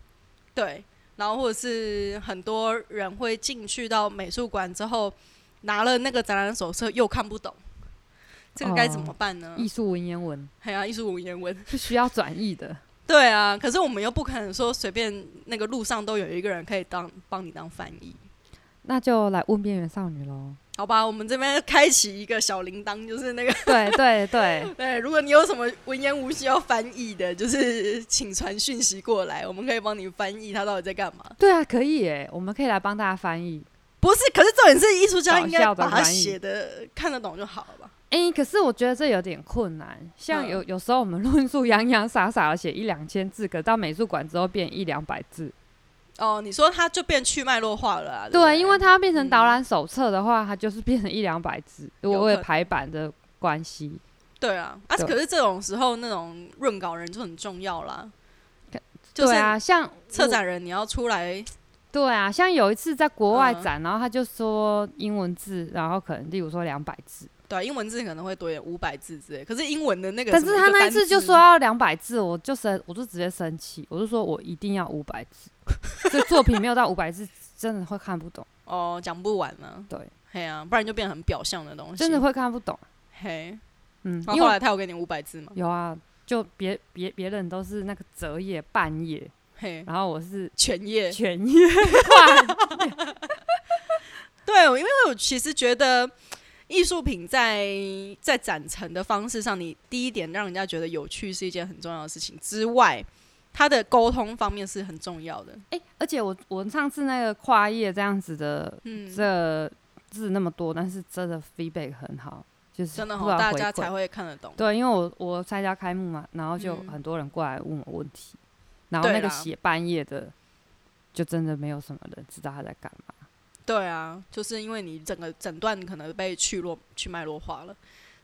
Speaker 1: 对，然后或者是很多人会进去到美术馆之后，拿了那个展览手册又看不懂，这个该怎么办呢？
Speaker 2: 哦艺术文言文
Speaker 1: 哎呀，艺术文言文。
Speaker 2: 是需要转译的。
Speaker 1: 对啊，可是我们又不可能说随便那个路上都有一个人可以当帮你当翻译，
Speaker 2: 那就来问边缘少女喽。
Speaker 1: 好吧？我们这边开启一个小铃铛，就是那个
Speaker 2: 对对对，
Speaker 1: 对，如果你有什么文言无需要翻译的，就是请传讯息过来，我们可以帮你翻译他到底在干嘛。
Speaker 2: 对啊，可以诶，我们可以来帮大家翻译。
Speaker 1: 不是，可是重点是艺术家
Speaker 2: 搞
Speaker 1: 应
Speaker 2: 笑
Speaker 1: 该
Speaker 2: 的
Speaker 1: 把它
Speaker 2: 翻译
Speaker 1: 写的看得懂就好了吧？
Speaker 2: 诶，可是我觉得这有点困难。像有、有时候我们 论述洋洋洒洒的写一两千字，可到美术馆之后变一两百字。
Speaker 1: 哦，你说它就变去脉络化了啊？对不对，
Speaker 2: 对，因嗯为它变成导览手册的话，它就是变成一两百字，如
Speaker 1: 有
Speaker 2: 果为
Speaker 1: 可
Speaker 2: 排版的关系。
Speaker 1: 对啊，啊，
Speaker 2: 对
Speaker 1: 可是这种时候那种润稿人就很重要啦
Speaker 2: 可。
Speaker 1: 就是
Speaker 2: 对啊，像
Speaker 1: 策
Speaker 2: 我
Speaker 1: 展人你要出来，
Speaker 2: 对啊，像有一次在国外
Speaker 1: 嗯
Speaker 2: 展，然后他就说英文字，然后可能例如说两百字，
Speaker 1: 对啊、英文字可能会多一点五百字之类，可是英文的那个
Speaker 2: 但
Speaker 1: 什
Speaker 2: 是
Speaker 1: 么
Speaker 2: 他
Speaker 1: 个
Speaker 2: 那一
Speaker 1: 单
Speaker 2: 次就
Speaker 1: 字
Speaker 2: 说要两百字，我就生，我就直接生气，我就说我一定要五百字，这作品没有到五百字，真的会看不懂，
Speaker 1: 哦讲不完呢、
Speaker 2: 对，
Speaker 1: 嘿啊，不然就变得很表象的东西，
Speaker 2: 真的会 看不懂。
Speaker 1: 嘿。
Speaker 2: 嗯，
Speaker 1: 然后
Speaker 2: 因
Speaker 1: 后
Speaker 2: 为
Speaker 1: 来他有给你五百字吗？
Speaker 2: 有啊，就别别别人都是那个折页、半页，
Speaker 1: 嘿，
Speaker 2: 然后我是
Speaker 1: 全页。
Speaker 2: 全页半。
Speaker 1: 对，因为我其实觉得艺术品在在展陈的方式上，你第一点让人家觉得有趣是一件很重要的事情之外，它的沟通方面是很重要的。
Speaker 2: 哎、而且我我上次那个跨页这样子的，
Speaker 1: 嗯，
Speaker 2: 这字那么多，但是真的 feedback 很好，就是
Speaker 1: 真的
Speaker 2: 突
Speaker 1: 好，
Speaker 2: 然
Speaker 1: 大
Speaker 2: 回
Speaker 1: 家
Speaker 2: 馈
Speaker 1: 才会看得懂。
Speaker 2: 对，因为我我参加开幕嘛，然后就
Speaker 1: 嗯
Speaker 2: 很多人过来问我问题，然后
Speaker 1: 对
Speaker 2: 那个
Speaker 1: 啦
Speaker 2: 写半夜的，就真的没有什么人知道他在干嘛。
Speaker 1: 对啊，就是因为你整个诊断可能被去落去脉络化了。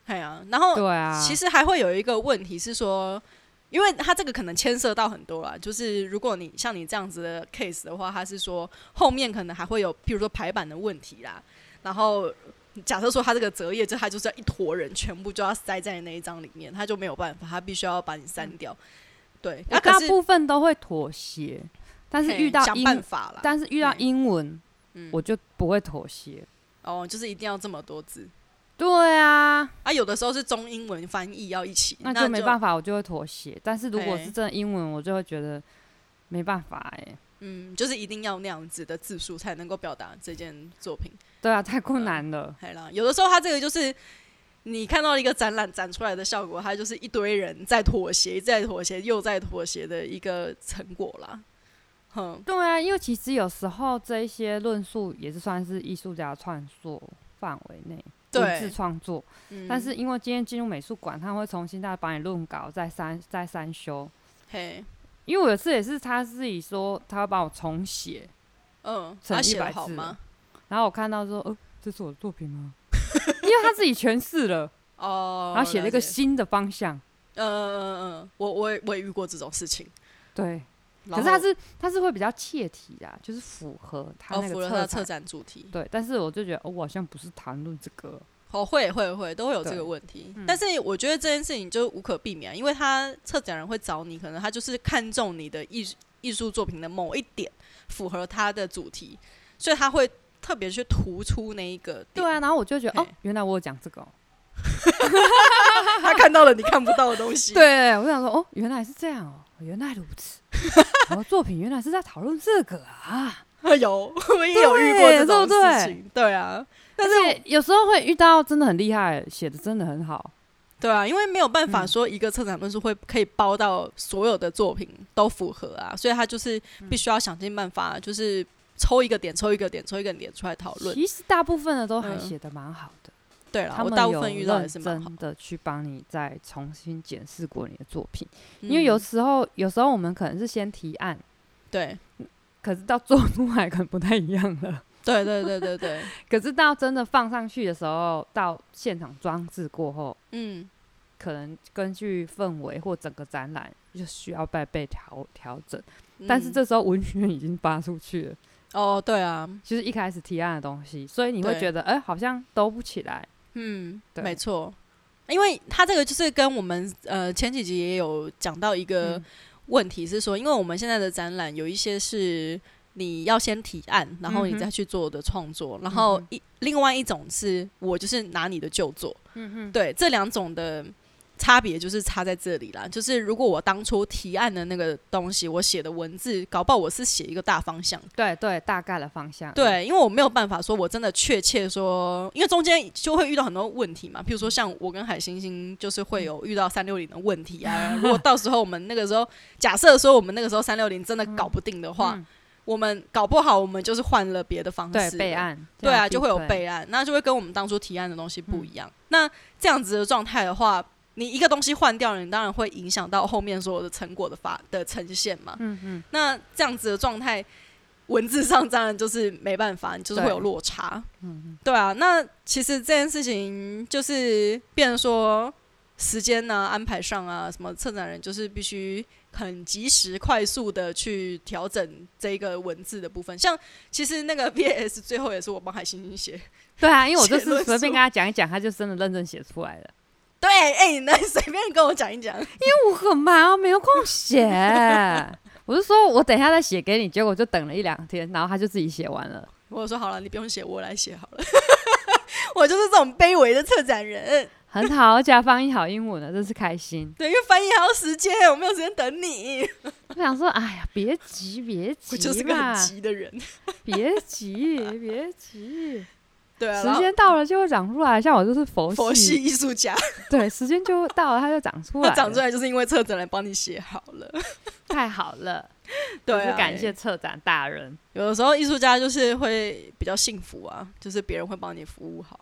Speaker 1: 哎呀、然后
Speaker 2: 对啊，
Speaker 1: 其实还会有一个问题是说，因为它这个可能牵涉到很多啦，就是如果你像你这样子的 case 的话，它是说后面可能还会有，譬如说排版的问题啦，然后。假设说它这个折页，就它就是要一坨人全部就要塞在那一张里面，它就没有办法，它必须要把你删掉。对，
Speaker 2: 嗯我
Speaker 1: 那、
Speaker 2: 大
Speaker 1: 可是
Speaker 2: 部分都会妥协，但是
Speaker 1: 嘿
Speaker 2: 遇到
Speaker 1: 想
Speaker 2: 英，
Speaker 1: 办法啦，
Speaker 2: 但是遇到
Speaker 1: 对
Speaker 2: 英文，
Speaker 1: 嗯
Speaker 2: 我就不会妥协。
Speaker 1: 哦，就是一定要这么多字
Speaker 2: 对啊，
Speaker 1: 啊，有的时候是中英文翻译要一起，
Speaker 2: 那
Speaker 1: 就
Speaker 2: 就没办法，我就会妥协。但是如果
Speaker 1: 嘿
Speaker 2: 是真的英文，我就会觉得没办法哎、
Speaker 1: 嗯，就是一定要那样子的字数才能够表达这件作品。
Speaker 2: 对啊，太
Speaker 1: 嗯
Speaker 2: 困难了。
Speaker 1: 海啦，有的时候它这个就是你看到一个展览展出来的效果，它就是一堆人在妥协，在妥协，又在妥协的一个成果啦。哼，
Speaker 2: 对啊，因为其实有时候这一些论述也是算是艺术家创作范围内文字
Speaker 1: 对，
Speaker 2: 创作，
Speaker 1: 嗯
Speaker 2: 但是因为今天进入美术馆，他会重新再帮你论稿，再删再删修。
Speaker 1: 嘿，
Speaker 2: 因为我有次也是他自己说他要帮我重写，
Speaker 1: 嗯，
Speaker 2: 乘
Speaker 1: 他写
Speaker 2: 100
Speaker 1: 的好
Speaker 2: 字
Speaker 1: 吗？
Speaker 2: 然后我看到说，呃，这是我的作品吗？ 因为他自己诠释了，
Speaker 1: 哦，
Speaker 2: 然后写了一个
Speaker 1: 了解
Speaker 2: 新的方向。
Speaker 1: 嗯嗯嗯嗯，我我也我也遇过这种事情，
Speaker 2: 对，
Speaker 1: 然
Speaker 2: 可是他
Speaker 1: 后
Speaker 2: 是他是会比较切题啦，就是符合他
Speaker 1: 哦
Speaker 2: 那
Speaker 1: 符
Speaker 2: 个
Speaker 1: 合他
Speaker 2: 策
Speaker 1: 的策
Speaker 2: 展。
Speaker 1: 展主题，
Speaker 2: 对，但是我就觉得，哦，我好像不是谈论这个。
Speaker 1: 哦，会会会，都会有这
Speaker 2: 对
Speaker 1: 个问题。
Speaker 2: 嗯
Speaker 1: 但是我觉得这件事情就无可避免，因为他策展人会找你，可能他就是看中你的艺术艺术作品的某一点符合他的主题，所以他会特别去突出那一个点。
Speaker 2: 对啊，然后我就觉得，哦
Speaker 1: 嘿，
Speaker 2: 原来我有讲这个、哦。
Speaker 1: 他看到了你看不到的东西。
Speaker 2: 对，我想说，哦，原来是这样哦，原来如此。 然后作品原来是在讨论这个啊，
Speaker 1: 有，我也有遇过这
Speaker 2: 对
Speaker 1: 种
Speaker 2: 对不对
Speaker 1: 事情。对啊，但
Speaker 2: 而且有时候会遇到真的很厉害，写的真的很好，
Speaker 1: 对啊，因为没有办法说一个策展论述会可以包到所有的作品都符合啊，所以他就是
Speaker 2: 嗯
Speaker 1: 必须要想尽办法，就是抽一个点、抽一个点、抽一个点出来讨论。
Speaker 2: 其实大部分的都还
Speaker 1: 嗯
Speaker 2: 写的蛮好的。
Speaker 1: 对了，
Speaker 2: 他
Speaker 1: 我
Speaker 2: 们
Speaker 1: 大部
Speaker 2: 有
Speaker 1: 分遇到也是
Speaker 2: 认
Speaker 1: 蛮好，
Speaker 2: 真的去帮你再重新检视过你的作品，因为有
Speaker 1: 嗯
Speaker 2: 时候有时候我们可能是先提案，
Speaker 1: 对
Speaker 2: 可是到做出来可能不太一样了。
Speaker 1: 对对对对对，
Speaker 2: 可是到真的放上去的时候，到现场装置过后，
Speaker 1: 嗯，
Speaker 2: 可能根据氛围或整个展览就需要再被调调整。但是
Speaker 1: 嗯
Speaker 2: 这时候文宣已经发出去了，
Speaker 1: 哦对啊，
Speaker 2: 就是一开始提案的东西，所以你会
Speaker 1: 对
Speaker 2: 觉得哎、好像兜不起来。
Speaker 1: 嗯，
Speaker 2: 对
Speaker 1: 没错，因为他这个就是跟我们呃前几集也有讲到一个
Speaker 2: 嗯
Speaker 1: 问题是说，因为我们现在的展览有一些是你要先提案，然后
Speaker 2: 嗯
Speaker 1: 你
Speaker 2: 哼
Speaker 1: 再去做的创作，然后一另外一种是我就是拿你的旧作，
Speaker 2: 嗯哼，
Speaker 1: 对这两种的。差别就是差在这里啦，就是如果我当初提案的那个东西，我写的文字，搞不好我是写一个大方向，
Speaker 2: 对对，大概的方向。，嗯
Speaker 1: 对，因为我没有办法说我真的确切说，因为中间就会遇到很多问题嘛，譬如说像我跟海星星就是会有
Speaker 2: 嗯
Speaker 1: 遇到三六零的问题啊。 如果到时候我们那个时候假设说我们那个时候三六零真的搞不定的话，
Speaker 2: 嗯
Speaker 1: 我们搞不好我们就是换了别的方
Speaker 2: 对
Speaker 1: 式，
Speaker 2: 备。案，
Speaker 1: 对啊，
Speaker 2: 要
Speaker 1: 就会有
Speaker 2: 避
Speaker 1: 备案，那就会跟我们当初提案的东西不一
Speaker 2: 嗯
Speaker 1: 样。那这样子的状态的话，你一个东西换掉了，你当然会影响到后面所有的成果的发的呈现嘛。
Speaker 2: 嗯嗯，
Speaker 1: 那这样子的状态，文字上当然就是没办法，你就是会有落差。嗯，对啊。那其实这件事情就是变成说时间呢、安排上啊，什么策展人就是必须很及时、快速的去调整这一个文字的部分。像其实那个 VS 最后也是我帮海星星写。
Speaker 2: 对啊，因为我就
Speaker 1: 写论
Speaker 2: 是随便
Speaker 1: 述
Speaker 2: 跟他讲一讲，他就真的认真写出来了。
Speaker 1: 对，哎、你能随便跟我讲一讲？
Speaker 2: 我很忙，没有空写。我是说，我等一下再写给你，结果就等了一两天，然后他就自己写完了。
Speaker 1: 我说好了，你不用写，我来写好了。 我就是这种卑微的策展人。
Speaker 2: 很好，而且还翻译好英文了，真是开 心。
Speaker 1: 对，因为翻译还要时间，我没有时间等你。
Speaker 2: 我想说，哎呀，别急，别
Speaker 1: 我就是
Speaker 2: 急
Speaker 1: 个
Speaker 2: 嘛
Speaker 1: 很，急的人。
Speaker 2: 别急，别急，
Speaker 1: 对啊，然
Speaker 2: 时
Speaker 1: 后
Speaker 2: 间到了就会长出来。像我就是佛系，
Speaker 1: 佛系艺术家，
Speaker 2: 对，时间就到了，它就长出来
Speaker 1: 他
Speaker 2: 了，
Speaker 1: 长出来就是因为策展人帮你写好了。
Speaker 2: 太好了。
Speaker 1: 对、
Speaker 2: 就
Speaker 1: 啊，
Speaker 2: 是感谢。策展大人。
Speaker 1: 有的时候艺术家就是会比较幸福啊，就是别人会帮你服务好。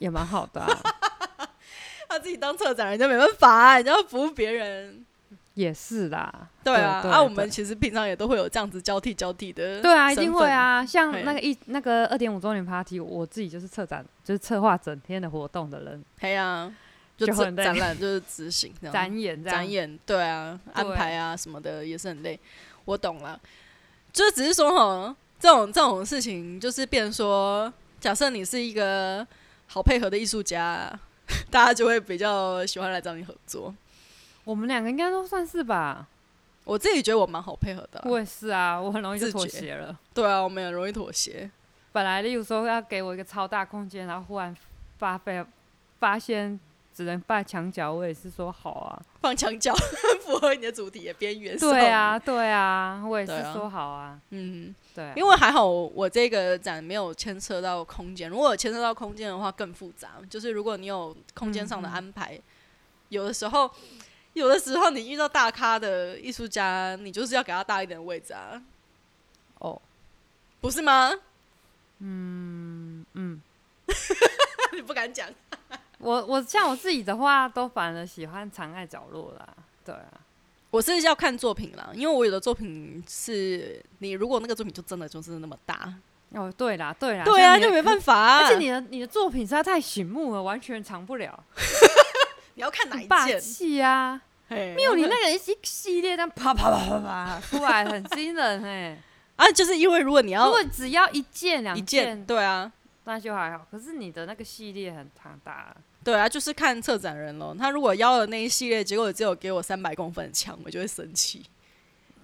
Speaker 2: 也蛮好的啊、
Speaker 1: 他自己当策展人就没办法、啊，你就要服务别人。
Speaker 2: 也是啦。
Speaker 1: 对啊，
Speaker 2: 对
Speaker 1: 啊，
Speaker 2: 对
Speaker 1: 我们其实平常也都会有这样子交替交替的。
Speaker 2: 对啊，一定会。啊。像
Speaker 1: 嘿
Speaker 2: 那个一那个二点五周年 party，我自己就是策展，就是策划整天的活动的人，
Speaker 1: 嘿啊，就
Speaker 2: 就
Speaker 1: 展
Speaker 2: 很累
Speaker 1: 展览就是执行这样。
Speaker 2: 展演这样。
Speaker 1: 哦展演，对啊，安
Speaker 2: 对
Speaker 1: 排啊什么的也是很累，我懂了。就是只是说哈，这种这种事情就是变成说，假设你是一个好配合的艺术家， 大家就会比较喜欢来找你合作。
Speaker 2: 我们两个应该都算是吧。
Speaker 1: 我自己觉得我蛮好配合的啊、
Speaker 2: 我也是啊，我很容易就
Speaker 1: 自
Speaker 2: 妥
Speaker 1: 觉
Speaker 2: 协了。
Speaker 1: 对啊，我们很容易妥协。
Speaker 2: 本来例如说要给我一个超大空间，然后忽然发费发现只能霸墙角，我也是说好 啊。
Speaker 1: 放墙角符合你的主题，也边缘少
Speaker 2: 对
Speaker 1: 女，
Speaker 2: 啊，对啊，我也
Speaker 1: 对
Speaker 2: 是
Speaker 1: 啊
Speaker 2: 说好啊。
Speaker 1: 嗯，
Speaker 2: 对啊，
Speaker 1: 因为还好我这个展没有牵涉到空间，如果有牵涉到空间的话更复杂。就是如果你有空间上的安排，有的时候，有的时候你遇到大咖的艺术家，你就是要给他大一点的位置啊，
Speaker 2: 哦，
Speaker 1: 不是吗？
Speaker 2: 嗯，
Speaker 1: 你不敢讲，
Speaker 2: 我我像我自己的话，都反而喜欢藏在角落啦。对啊，
Speaker 1: 我是要看作品啦，因为我有的作品是你如果那个作品就真的就是那么大，
Speaker 2: 哦，对啦，对啦，
Speaker 1: 对
Speaker 2: 像
Speaker 1: 啊，
Speaker 2: 你的
Speaker 1: 就没办法、啊。
Speaker 2: 而且你的你的作品实在太醒目了，完全藏不了，
Speaker 1: 你要看哪一
Speaker 2: 霸
Speaker 1: 件？
Speaker 2: 气啊！
Speaker 1: 没
Speaker 2: 没有你那个一系列这样啪 啪啪啪啪出来，很惊人 哎、
Speaker 1: 啊，就是因为如果你
Speaker 2: 如
Speaker 1: 要
Speaker 2: 果只要一件两
Speaker 1: 一件，对啊，
Speaker 2: 那就还好。可是你的那个系列很庞大，
Speaker 1: 对啊，就是看策展人咯。他如果邀了那一系列，结果只有给我三百公分的枪，我就会生气。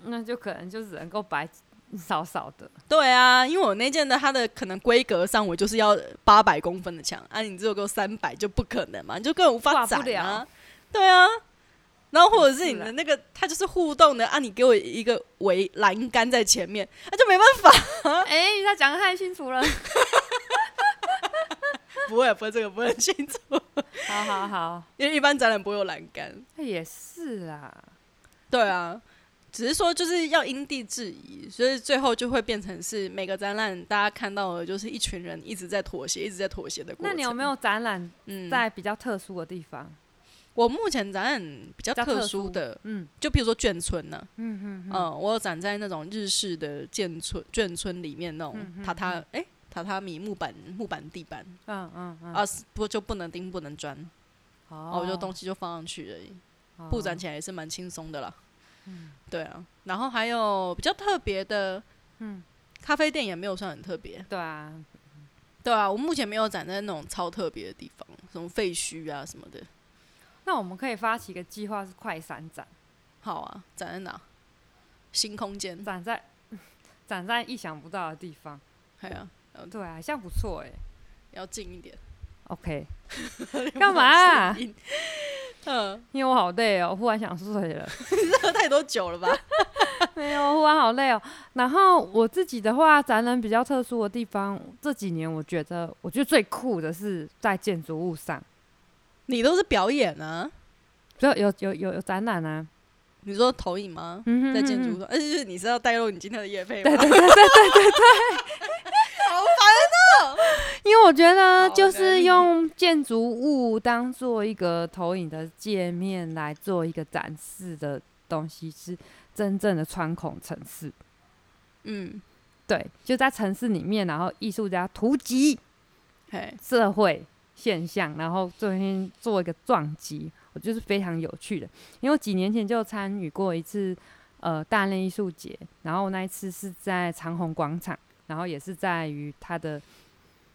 Speaker 2: 那就可能就只能够白少少的。
Speaker 1: 对啊，因为我那件的它的可能规格上，我就是要八百公分的枪啊，你只有给我三百就不可能嘛，你就根本无法
Speaker 2: 画不
Speaker 1: 展啊
Speaker 2: 了。
Speaker 1: 对啊，然后或者是
Speaker 2: 是
Speaker 1: 你的
Speaker 2: 啦
Speaker 1: 那个，它就是互动的啊，你给我一个围栏杆啊
Speaker 2: 啊
Speaker 1: 在前面，那、就没办法。
Speaker 2: 哎、他讲的太清楚了。
Speaker 1: 不会不会，这个不会很清楚，
Speaker 2: 好好好，
Speaker 1: 因为一般展览不会有栏杆。
Speaker 2: 那哎也是啦。
Speaker 1: 对啊，只是说就是要因地制宜，所以最后就会变成是每个展览大家看到的就是一群人一直在妥协，一直在妥协的过程。
Speaker 2: 那你有没有展览
Speaker 1: 嗯
Speaker 2: 在比较特殊的地方？
Speaker 1: 我目前展览比较
Speaker 2: 比较特
Speaker 1: 特殊
Speaker 2: 殊
Speaker 1: 的，
Speaker 2: 嗯
Speaker 1: 就譬如说眷村呢、
Speaker 2: 嗯嗯
Speaker 1: 嗯、我有展在那种日式的眷村眷村里面那种
Speaker 2: 嗯嗯
Speaker 1: 榻榻哎、榻榻米木板木板地板、
Speaker 2: 嗯嗯嗯，
Speaker 1: 啊，不就不能钉不能砖，然
Speaker 2: 哦
Speaker 1: 后我就东西就放上去而已，
Speaker 2: 哦
Speaker 1: 布展起来也是蛮轻松的啦。对啊，然后还有比较特别的，
Speaker 2: 嗯
Speaker 1: 咖啡店也没有算很特别，
Speaker 2: 对啊，
Speaker 1: 对啊，我目前没有展在那种超特别的地方，什么废墟啊什么的。
Speaker 2: 那我们可以发起一个计划，是快闪展，
Speaker 1: 好啊，展在哪？新空间，
Speaker 2: 展在 展在意想不到的地方。
Speaker 1: 还有
Speaker 2: 对啊，这样不错哎、
Speaker 1: 哎要近一 点。
Speaker 2: OK，干嘛啊、
Speaker 1: 声音嗯，
Speaker 2: 因为我好累哦，忽然想睡 了。
Speaker 1: 喝太多酒了吧？
Speaker 2: 没有，忽然好累哦。然后我自己的话，展览比较特殊的地方，这几年我觉得，我觉得最酷的是在建筑物上，
Speaker 1: 你都是表演啊？
Speaker 2: 就有有有有展览啊，
Speaker 1: 你说投影吗？
Speaker 2: 嗯哼
Speaker 1: 在建
Speaker 2: 嗯
Speaker 1: 筑
Speaker 2: 哼
Speaker 1: 上，而且你是要带入你今天的夜配
Speaker 2: 对
Speaker 1: 吗？
Speaker 2: 对对对对对 对，
Speaker 1: 好
Speaker 2: 烦哦！ 因为我觉得
Speaker 1: 好
Speaker 2: 就是
Speaker 1: 难
Speaker 2: 用建筑物当做一个投影的界面来做一个展示的东西，是真正的穿孔城市。
Speaker 1: 嗯，
Speaker 2: 对，就在城市里面，然后艺术家图集
Speaker 1: 嘿，
Speaker 2: 社会现象，然后最近做一个撞击，我就是非常有趣的。因为我几年前就参与过一次呃大内艺术节，然后那一次是在长虹广场，然后也是在于它的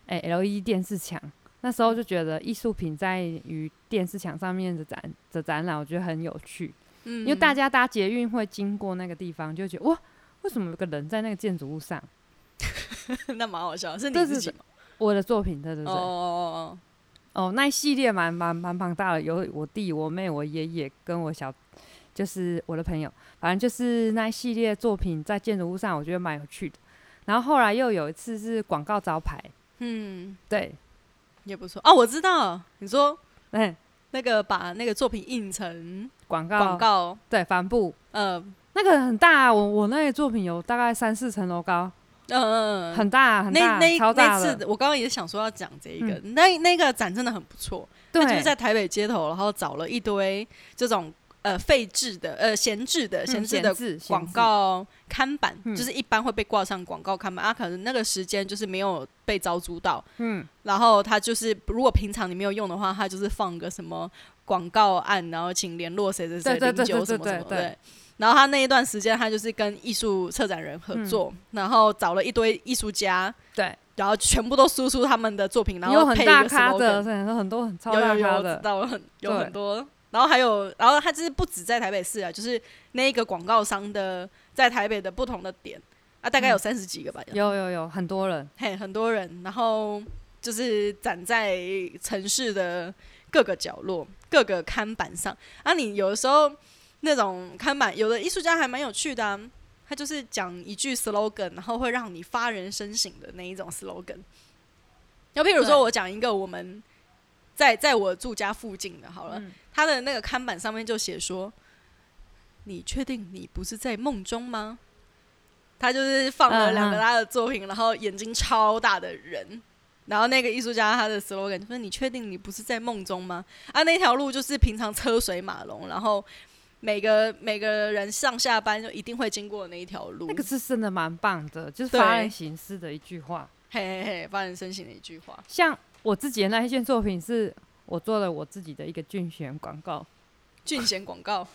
Speaker 2: 哎、LED 电视墙。那时候就觉得艺术品在于电视墙上面的展的展览，我觉得很有趣，
Speaker 1: 嗯
Speaker 2: 因为大家搭捷运会经过那个地方，就会觉得哇，为什么有个人在那个建筑物上？
Speaker 1: 那蛮好笑，是你
Speaker 2: 这
Speaker 1: 自
Speaker 2: 是
Speaker 1: 己吗
Speaker 2: 我的作品，对对
Speaker 1: 哦
Speaker 2: 对。
Speaker 1: 哦
Speaker 2: 哦，那一系列蛮蛮蛮庞大的，有我弟、我妹、我爷爷跟我小，就是我的朋友，反正就是那一系列作品在建筑物上，我觉得蛮有趣的。然后后来又有一次是广告招牌，
Speaker 1: 嗯，
Speaker 2: 对，
Speaker 1: 也不错哦，我知道，你说
Speaker 2: 嗯，
Speaker 1: 那个把那个作品印成
Speaker 2: 广告，
Speaker 1: 广告，
Speaker 2: 对，帆布
Speaker 1: 呃，
Speaker 2: 那个很大、啊，我我那个作品有大概三四层楼高，
Speaker 1: 嗯嗯嗯，
Speaker 2: 很大、啊、很大、
Speaker 1: 那那
Speaker 2: 超大
Speaker 1: 那
Speaker 2: 的，嗯
Speaker 1: 次，我刚刚也想说要讲这一个，那那个展真的很不错，
Speaker 2: 对，
Speaker 1: 他就是在台北街头，然后找了一堆这种呃废置的、呃闲置的、
Speaker 2: 嗯
Speaker 1: 闲置
Speaker 2: 闲
Speaker 1: 的
Speaker 2: 置闲
Speaker 1: 广
Speaker 2: 置
Speaker 1: 告看板，
Speaker 2: 嗯
Speaker 1: 就是一般会被挂上广告看板，啊，可能那个时间就是没有被招租到，
Speaker 2: 嗯，
Speaker 1: 然后他就是如果平常你没有用的话，他就是放个什么广告案，然后请联络谁谁谁
Speaker 2: 对对
Speaker 1: 零
Speaker 2: 对
Speaker 1: 九什么
Speaker 2: 对
Speaker 1: 什
Speaker 2: 对
Speaker 1: 么
Speaker 2: 对
Speaker 1: 对。然后他那一段时间，他就是跟艺术策展人合作，然后找了一堆艺术家，
Speaker 2: 嗯对，
Speaker 1: 然后全部都输出他们的作品，然
Speaker 2: 有
Speaker 1: 后
Speaker 2: 很
Speaker 1: 配一
Speaker 2: 大
Speaker 1: 个
Speaker 2: 咖
Speaker 1: slogan，
Speaker 2: 的，很很多很超
Speaker 1: 有
Speaker 2: 大
Speaker 1: 有有，
Speaker 2: 咖
Speaker 1: 我知
Speaker 2: 的，
Speaker 1: 道我很有
Speaker 2: 对
Speaker 1: 很多。然后还有，然后他就是不止在台北市啊，就是那一个广告商的在台北的不同的点啊，大概有三十几个吧，
Speaker 2: 嗯有有有很多人，
Speaker 1: 嘿，很多人，然后就是展在城市的各个角落、各个看板上。啊，你有的时候那种看板，有的艺术家还蛮有趣的、啊，他就是讲一句 slogan，然后会让你发人深省的那一种 slogan。要譬如
Speaker 2: 对
Speaker 1: 说，我讲一个我们在在我住家附近的，好了，
Speaker 2: 嗯
Speaker 1: 他的那个看板上面就写说：“你确定你不是在梦中吗？”他就是放了两个
Speaker 2: 嗯嗯
Speaker 1: 他的作品，然后眼睛超大的人，然后那个艺术家他的 slogan 就是：“你确定你不是在梦中吗？”啊，那条路就是平常车水马龙，然后每个每个人上下班就一定会经过的那一条路，
Speaker 2: 那个是真的蛮棒的，就是
Speaker 1: 对
Speaker 2: 发人省思的一句话。
Speaker 1: 嘿嘿嘿，发人深省的一句 话。
Speaker 2: 像我自己的那一件作品，是我做了我自己的一个竞选广告，
Speaker 1: 竞选广 告，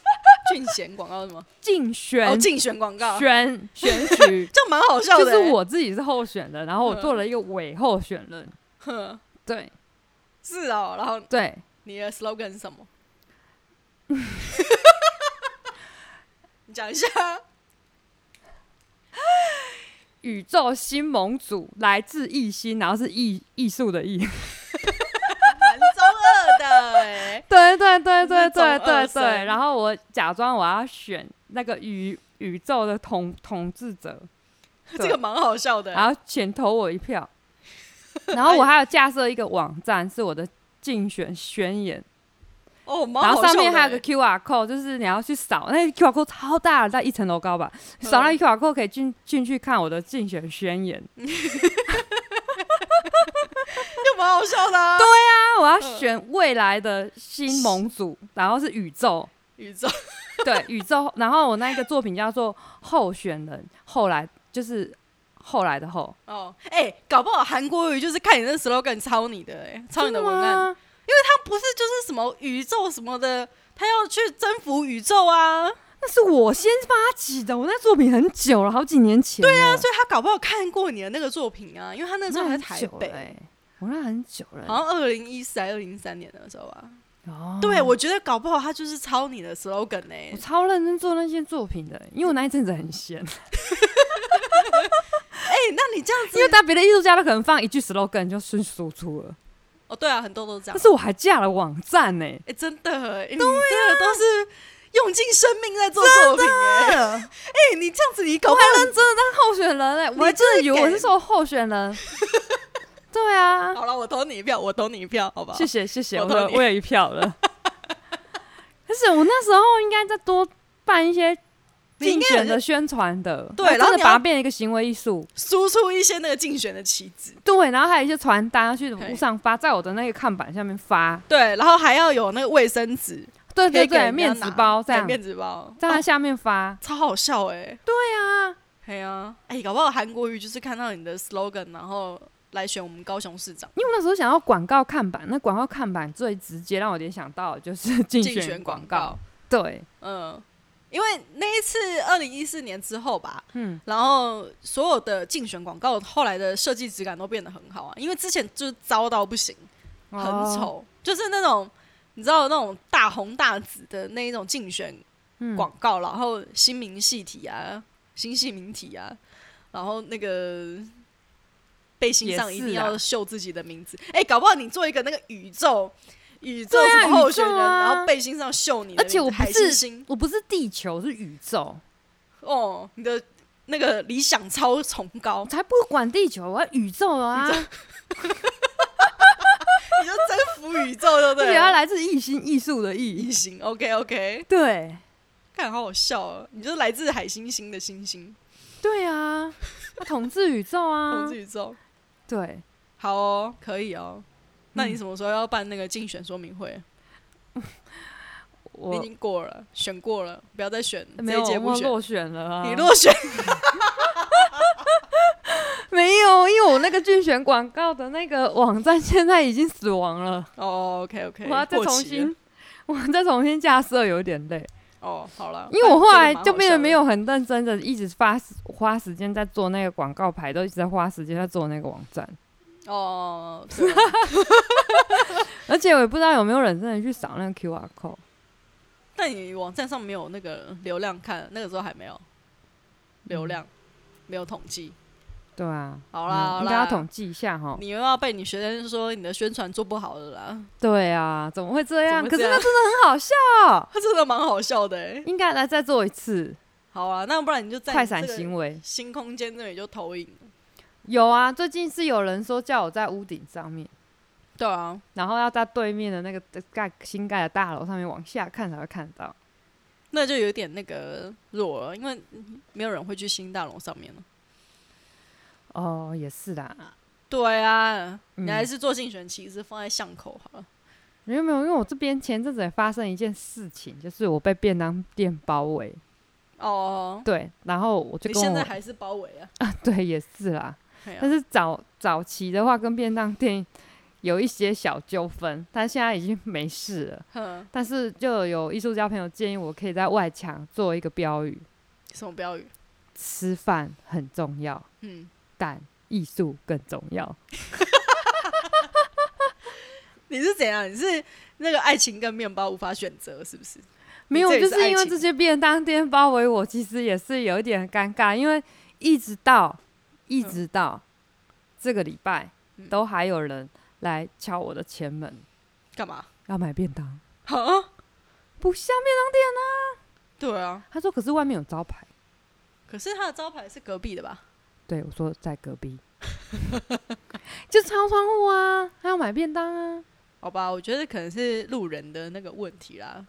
Speaker 1: 竞选广告是吗？
Speaker 2: 竞选、
Speaker 1: 哦，竞选广告，
Speaker 2: 选 选举，
Speaker 1: 这样蛮好笑
Speaker 2: 就
Speaker 1: 的、
Speaker 2: 是
Speaker 1: 欸
Speaker 2: 我自己是候选人，然后我做了一个伪候选人。
Speaker 1: 哼，
Speaker 2: 对
Speaker 1: 是哦。然后
Speaker 2: 对，
Speaker 1: 你的 slogan 是什 么？你讲一下。
Speaker 2: 宇宙新盟主来自艺心，然后是艺艺术的艺。
Speaker 1: 蛮中二的 哎、
Speaker 2: 对对对对
Speaker 1: 那种
Speaker 2: 对
Speaker 1: 二
Speaker 2: 对
Speaker 1: 神
Speaker 2: 对，然后我假装我要选那个宇宇宙的统统治者，
Speaker 1: 这个蛮好笑的欸、
Speaker 2: 然后请投我一票。然后我还有架设一个网站，是我的竞选宣言，
Speaker 1: 哦，蛮
Speaker 2: 然后
Speaker 1: 好笑
Speaker 2: 上
Speaker 1: 的
Speaker 2: 面还有
Speaker 1: 欸
Speaker 2: 个 QR code，就是你要去扫，那 QR code 超大的，在一层楼高吧，
Speaker 1: 嗯
Speaker 2: 扫那 QR code 可以进进去看我的竞选宣言。
Speaker 1: 就蛮好笑的、啊。对，
Speaker 2: 那我要选未来的新盟主，然后是宇 宙，
Speaker 1: 宇宙
Speaker 2: 对宇宙，然后我那个作品叫做《候选人》，后来就是后来的后，
Speaker 1: 哦，哎、搞不好韩国语就是看你那 slogan 抄你的、哎，抄你的文
Speaker 2: 真
Speaker 1: 案，
Speaker 2: 吗
Speaker 1: 他不是就是什么宇宙什么的，他要去征服宇宙啊，所
Speaker 2: 那是我先发起的，我那作品很久了，好几年前了。对啊，
Speaker 1: 以他搞不好看过你的那个作品啊，因为他那时候还在台北，
Speaker 2: 欸我那哎很久了欸、
Speaker 1: 欸好像二零一四还二零一三年的时候吧。
Speaker 2: 哦
Speaker 1: 对，我觉得搞不好他就是抄你的 slogan 哎呢、
Speaker 2: 我超认真做那些作品的，欸因为我那一阵子很闲，
Speaker 1: 哎、那你这样子
Speaker 2: 因，为当别的艺术家都可能放一句 slogan 就迅速输出了，
Speaker 1: 哦，对啊，很多都这样
Speaker 2: 但。是我还架了网站呢、欸
Speaker 1: 哎、真的、
Speaker 2: 啊
Speaker 1: 哎，你真的都是用尽生命在做作品、哎，哎、你这样子，你搞不好
Speaker 2: 认真的当候选人哎、我还真的以为我是说候选人。对啊，
Speaker 1: 好了，我投你一票，我投你一票，好不好？
Speaker 2: 谢谢谢谢，
Speaker 1: 我
Speaker 2: 我
Speaker 1: 懂
Speaker 2: 有
Speaker 1: 你
Speaker 2: 我有一票了。但是我那时候应该再多办一些
Speaker 1: 你应
Speaker 2: 竞
Speaker 1: 该
Speaker 2: 选
Speaker 1: 有
Speaker 2: 的宣传的，
Speaker 1: 对
Speaker 2: 要
Speaker 1: 然后
Speaker 2: 真
Speaker 1: 你
Speaker 2: 的
Speaker 1: 要
Speaker 2: 把它变成一个行为艺术，
Speaker 1: 输出一些那个竞选的旗帜，
Speaker 2: 对，然后还有一些传单要去
Speaker 1: 对
Speaker 2: 路上发，在我的那个看板下面发，
Speaker 1: 对，然后还要有那个卫生纸，
Speaker 2: 对
Speaker 1: 可以
Speaker 2: 对
Speaker 1: 给人
Speaker 2: 对，
Speaker 1: 家
Speaker 2: 面子
Speaker 1: 拿
Speaker 2: 包这
Speaker 1: 对
Speaker 2: 样，
Speaker 1: 面子包，
Speaker 2: 在它
Speaker 1: 哦
Speaker 2: 下面发，
Speaker 1: 超好笑哎、欸，
Speaker 2: 对啊，
Speaker 1: 对啊，哎、搞不好韩国瑜就是看到你的 slogan，然后来选我们高雄市长，
Speaker 2: 因为我那时候想要广告看板，那广告看板最直接让我联想到的就是 竞
Speaker 1: 竞选
Speaker 2: 选
Speaker 1: 广
Speaker 2: 广
Speaker 1: 告
Speaker 2: 告，，对，
Speaker 1: 嗯。因为那一次二零一四年之后吧，
Speaker 2: 嗯，
Speaker 1: 然后所有的竞选广告后来的设计质感都变得很好啊，因为之前就是糟到不行，很
Speaker 2: 哦，
Speaker 1: 丑，就是那种你知道那种大红大紫的那一种竞选
Speaker 2: 嗯
Speaker 1: 广告，然后新明细体啊，新系名体啊，然后那个背心上一定
Speaker 2: 也是
Speaker 1: 要
Speaker 2: 啊
Speaker 1: 绣自己的名字。哎、搞不好你做一个那个宇宙宇宙
Speaker 2: 对啊
Speaker 1: 什么候选人，
Speaker 2: 宇宙啊
Speaker 1: 然后背心上绣你的名字，
Speaker 2: 而且我不
Speaker 1: 海星
Speaker 2: 是
Speaker 1: 星
Speaker 2: 我不是地球，是宇宙，
Speaker 1: 哦，你的那个理想超崇高
Speaker 2: 我，才不管地球，我要宇宙啊！
Speaker 1: 你就征服宇宙，对不对
Speaker 2: 而
Speaker 1: 啊
Speaker 2: 且？要来自一心艺术的
Speaker 1: 异
Speaker 2: 艺，
Speaker 1: 形，OK OK，
Speaker 2: 对
Speaker 1: 看好好笑哦！你就是来自海星星的星星，
Speaker 2: 对啊，要统治宇宙
Speaker 1: 统
Speaker 2: 啊
Speaker 1: 治！宇宙。
Speaker 2: 对，
Speaker 1: 好哦，可以哦。那你什么时候要办那个竞选说明会？啊你已
Speaker 2: 我
Speaker 1: 经过了，选过了，不要再选，
Speaker 2: 没
Speaker 1: 这
Speaker 2: 有
Speaker 1: 一届不
Speaker 2: 我
Speaker 1: 选，
Speaker 2: 落选了啊！
Speaker 1: 你落 选。
Speaker 2: 没有，因为我那个竞选广告的那个网站现在已经死亡了，
Speaker 1: 哦，OK OK，
Speaker 2: 我要再重
Speaker 1: 了
Speaker 2: 新， 我再重新架设有点累，
Speaker 1: 哦，好了，
Speaker 2: 因为我后来
Speaker 1: 但这
Speaker 2: 就
Speaker 1: 个蛮好笑的
Speaker 2: 变得没有很认真的，一直发时花时间在做那个广告牌，都一直在花时间在做那个网站，
Speaker 1: 哦，对啊
Speaker 2: 而且我也不知道有没有人真的去扫那个 QR code。
Speaker 1: 但你网站上没有那个流量看，那个时候还没
Speaker 2: 嗯
Speaker 1: 有流量，没有统计。
Speaker 2: 对啊，
Speaker 1: 好啦好
Speaker 2: 嗯应该要
Speaker 1: 啦
Speaker 2: 统计一下哈。
Speaker 1: 你又要被你学生说你的宣传做不好了啦，
Speaker 2: 对啊，怎么会这样？
Speaker 1: 怎么会
Speaker 2: 可是
Speaker 1: 这样
Speaker 2: 那真的很好笑，
Speaker 1: 他真的蛮好笑的哎。
Speaker 2: 应该来再做一次
Speaker 1: 好啊，那不然你就在
Speaker 2: 快
Speaker 1: 你
Speaker 2: 闪
Speaker 1: 这个
Speaker 2: 行为。
Speaker 1: 新空间那里就投影。
Speaker 2: 有啊，最近是有人说叫我在屋顶上面，
Speaker 1: 对啊，
Speaker 2: 然后要在对面的那个盖新盖的大楼上面往下看才会看到。
Speaker 1: 那就有点那个弱了，因为没有人会去新大楼上面了。
Speaker 2: 哦，也是啦，
Speaker 1: 对啊，你还
Speaker 2: 嗯
Speaker 1: 是做竞选旗帜放在巷口好了。
Speaker 2: 没有没有，因为我这边前阵子也发生一件事情，就是我被便当店包围，
Speaker 1: 哦，
Speaker 2: 对，然后我就
Speaker 1: 你
Speaker 2: 跟
Speaker 1: 现
Speaker 2: 我
Speaker 1: 在还是包围啊？
Speaker 2: 对也是啦，
Speaker 1: 嘿啊
Speaker 2: 但是早早期的话跟便当店有一些小纠纷，但现在已经没事了。
Speaker 1: 哼，
Speaker 2: 但是就有艺术家朋友建议我可以在外墙做一个标语：
Speaker 1: 什么标语？
Speaker 2: 吃饭很重要，
Speaker 1: 嗯，
Speaker 2: 但艺术更重要。
Speaker 1: 你是怎样？你是那个爱情跟面包无法选择，是不是？
Speaker 2: 没有，
Speaker 1: 这也
Speaker 2: 就是是因
Speaker 1: 爱
Speaker 2: 为
Speaker 1: 情
Speaker 2: 这些便当店包围我，其实也是有一点尴尬，因为一直到一
Speaker 1: 嗯
Speaker 2: 直到这个礼拜
Speaker 1: 嗯，
Speaker 2: 都还有人来敲我的前门
Speaker 1: 干嘛？
Speaker 2: 要买便当，
Speaker 1: 啊，
Speaker 2: 不像便
Speaker 1: 对啊，
Speaker 2: 当。他说，可是外面有招牌。
Speaker 1: 可是他的招牌是隔壁的吧？
Speaker 2: 对，我说在隔壁。就敲窗户啊，还要买便当啊，
Speaker 1: 好吧，我觉得可能是路人的那个问题啦。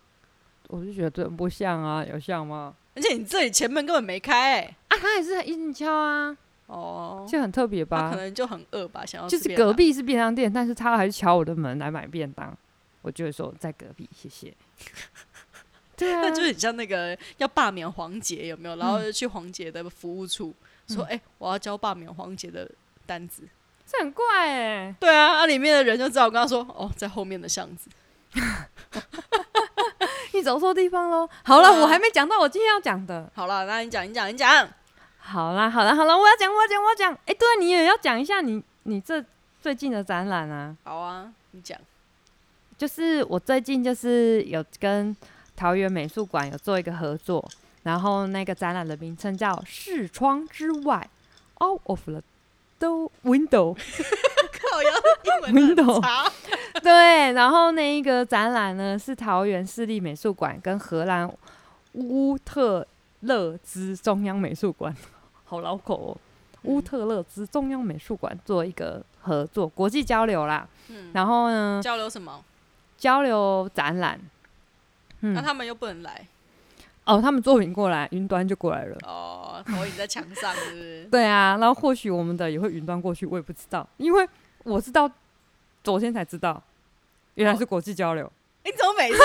Speaker 2: 我就觉得真不像啊，有像吗？
Speaker 1: 而且你这里前门根本没开、欸，
Speaker 2: 啊，他也是一直敲啊，
Speaker 1: 哦，
Speaker 2: 就很特别
Speaker 1: 他
Speaker 2: 吧
Speaker 1: 可？能就很饿吧，想要啊
Speaker 2: 就
Speaker 1: 吃
Speaker 2: 是
Speaker 1: 便
Speaker 2: 隔
Speaker 1: 当。
Speaker 2: 壁是哦便当店，但是他还是敲我的门来买便当，我就会说在隔壁，谢 谢。对 啊，
Speaker 1: 那就是很像那个要罢免黄杰有没有？然后去黄杰的服务处、说：“哎、我要交罢免黄杰的单子。
Speaker 2: 这很怪哎、”
Speaker 1: 对啊，那、里面的人就知道我跟他说：“哦，在后面的巷子。
Speaker 2: 你走错地方喽。好了，
Speaker 1: 对啊
Speaker 2: 我还没讲到我今天要讲的”。
Speaker 1: 好了，那你讲，你讲，你讲。
Speaker 2: 好啦，好啦，好啦，我要讲，我要讲，我要讲。哎、对，你也要讲一下你你这最近的展览啊。
Speaker 1: 好啊，你讲。
Speaker 2: 就是我最近就是有跟桃园美术馆有做一个合作，然后那个展览的名称叫《视窗之外》，All of the do- window。
Speaker 1: 靠，要英文真的嗯很差。
Speaker 2: 对，然后那一个展览呢是桃园市立美术馆跟荷兰乌特勒支中央美术馆， 好老口哦，乌
Speaker 1: 嗯
Speaker 2: 特勒支中央美术馆做一个合作国际交流啦。
Speaker 1: 嗯，
Speaker 2: 然后呢，
Speaker 1: 交流什么？
Speaker 2: 交流展览，嗯
Speaker 1: 那、，他们又不能来
Speaker 2: 哦，他们作品过来，云端就过来了。？
Speaker 1: 哦，投影在墙上是不是
Speaker 2: 对啊，然后或许我们的也会云端过去，我也不知道，因为我是到昨天才知道，原
Speaker 1: 哦
Speaker 2: 来是国际交流。
Speaker 1: 你怎么每次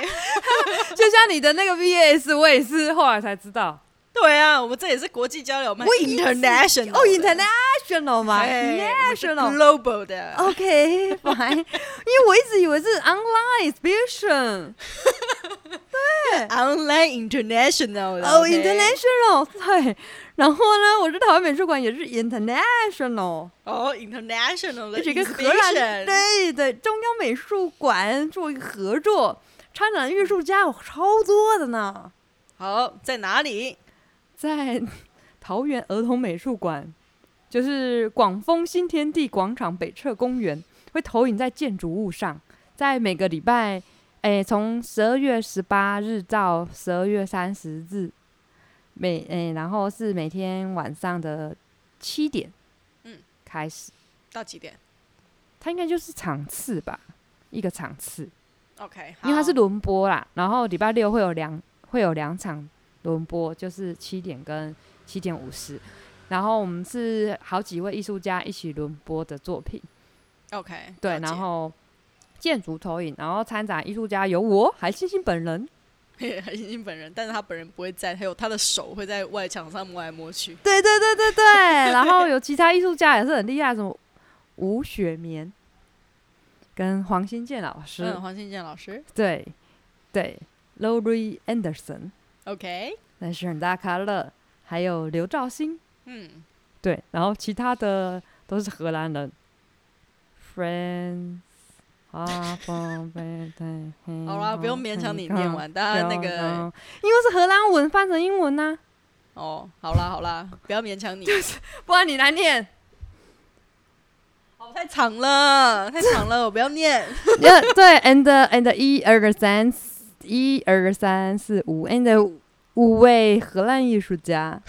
Speaker 2: 就像你的那个 VS，我也是后来才知道。
Speaker 1: 对啊，我们这也是国际交流嘛
Speaker 2: 我以为是
Speaker 1: ，international
Speaker 2: 哦
Speaker 1: 的
Speaker 2: ，international 嘛
Speaker 1: 哎我们是
Speaker 2: ，international。
Speaker 1: global 的。
Speaker 2: OK，fine，因为我一直以为是 online exhibition，
Speaker 1: Online international 的
Speaker 2: 哦、
Speaker 1: OK
Speaker 2: international，对。然后呢，我是台湾美术馆也是 international，
Speaker 1: 哦，international 的
Speaker 2: 而且跟荷
Speaker 1: exhibition
Speaker 2: 兰对对中央美术馆做一个合作，参展艺术家有超多的呢，
Speaker 1: 好在哪里？
Speaker 2: 在 桃园儿童美术馆，就是广丰新天地广场北侧公园，会投影在建筑物上，在每个礼拜，诶，从十二月十八日到十二月三十日，每诶，然后是每天晚上的七点，
Speaker 1: 嗯，
Speaker 2: 开始，
Speaker 1: 到几点
Speaker 2: 它应该就是场次吧，一个场次，
Speaker 1: ？OK，
Speaker 2: 因为它是
Speaker 1: 好
Speaker 2: 轮播啦，然后礼拜六会有两会有两场轮播，就是七点跟七点五十，然后我们是好几位艺术家一起轮播的作品，
Speaker 1: OK，
Speaker 2: 对，
Speaker 1: 了解
Speaker 2: 然 后建筑投影，然后参展艺术家有我，还星星本人，
Speaker 1: 海星星本人，但是他本人不会在，还有他的手会在外墙上摸来摸去。
Speaker 2: 对对对对对， 然后有其他艺术家也是很厉害，什么吴雪棉跟黄新建老师，
Speaker 1: 嗯，黄信健老师
Speaker 2: 对对，Lori Anderson。
Speaker 1: ，OK，
Speaker 2: 那是很大咖了，还有刘兆星，
Speaker 1: 嗯，
Speaker 2: 对，然后其他的都是荷兰人，Friends 啊，
Speaker 1: 好
Speaker 2: 嗯好
Speaker 1: 啦，不用勉强你念完，大
Speaker 2: 啊
Speaker 1: 家那个
Speaker 2: 因为是荷兰文翻成英文啊呐、
Speaker 1: 哦，好啦好啦，不要勉强你，
Speaker 2: 不然你来念，
Speaker 1: 哦太长了，太长了，我不要 念。
Speaker 2: 呃对，and and 一二三四一二三四五，and 五位荷兰艺术家，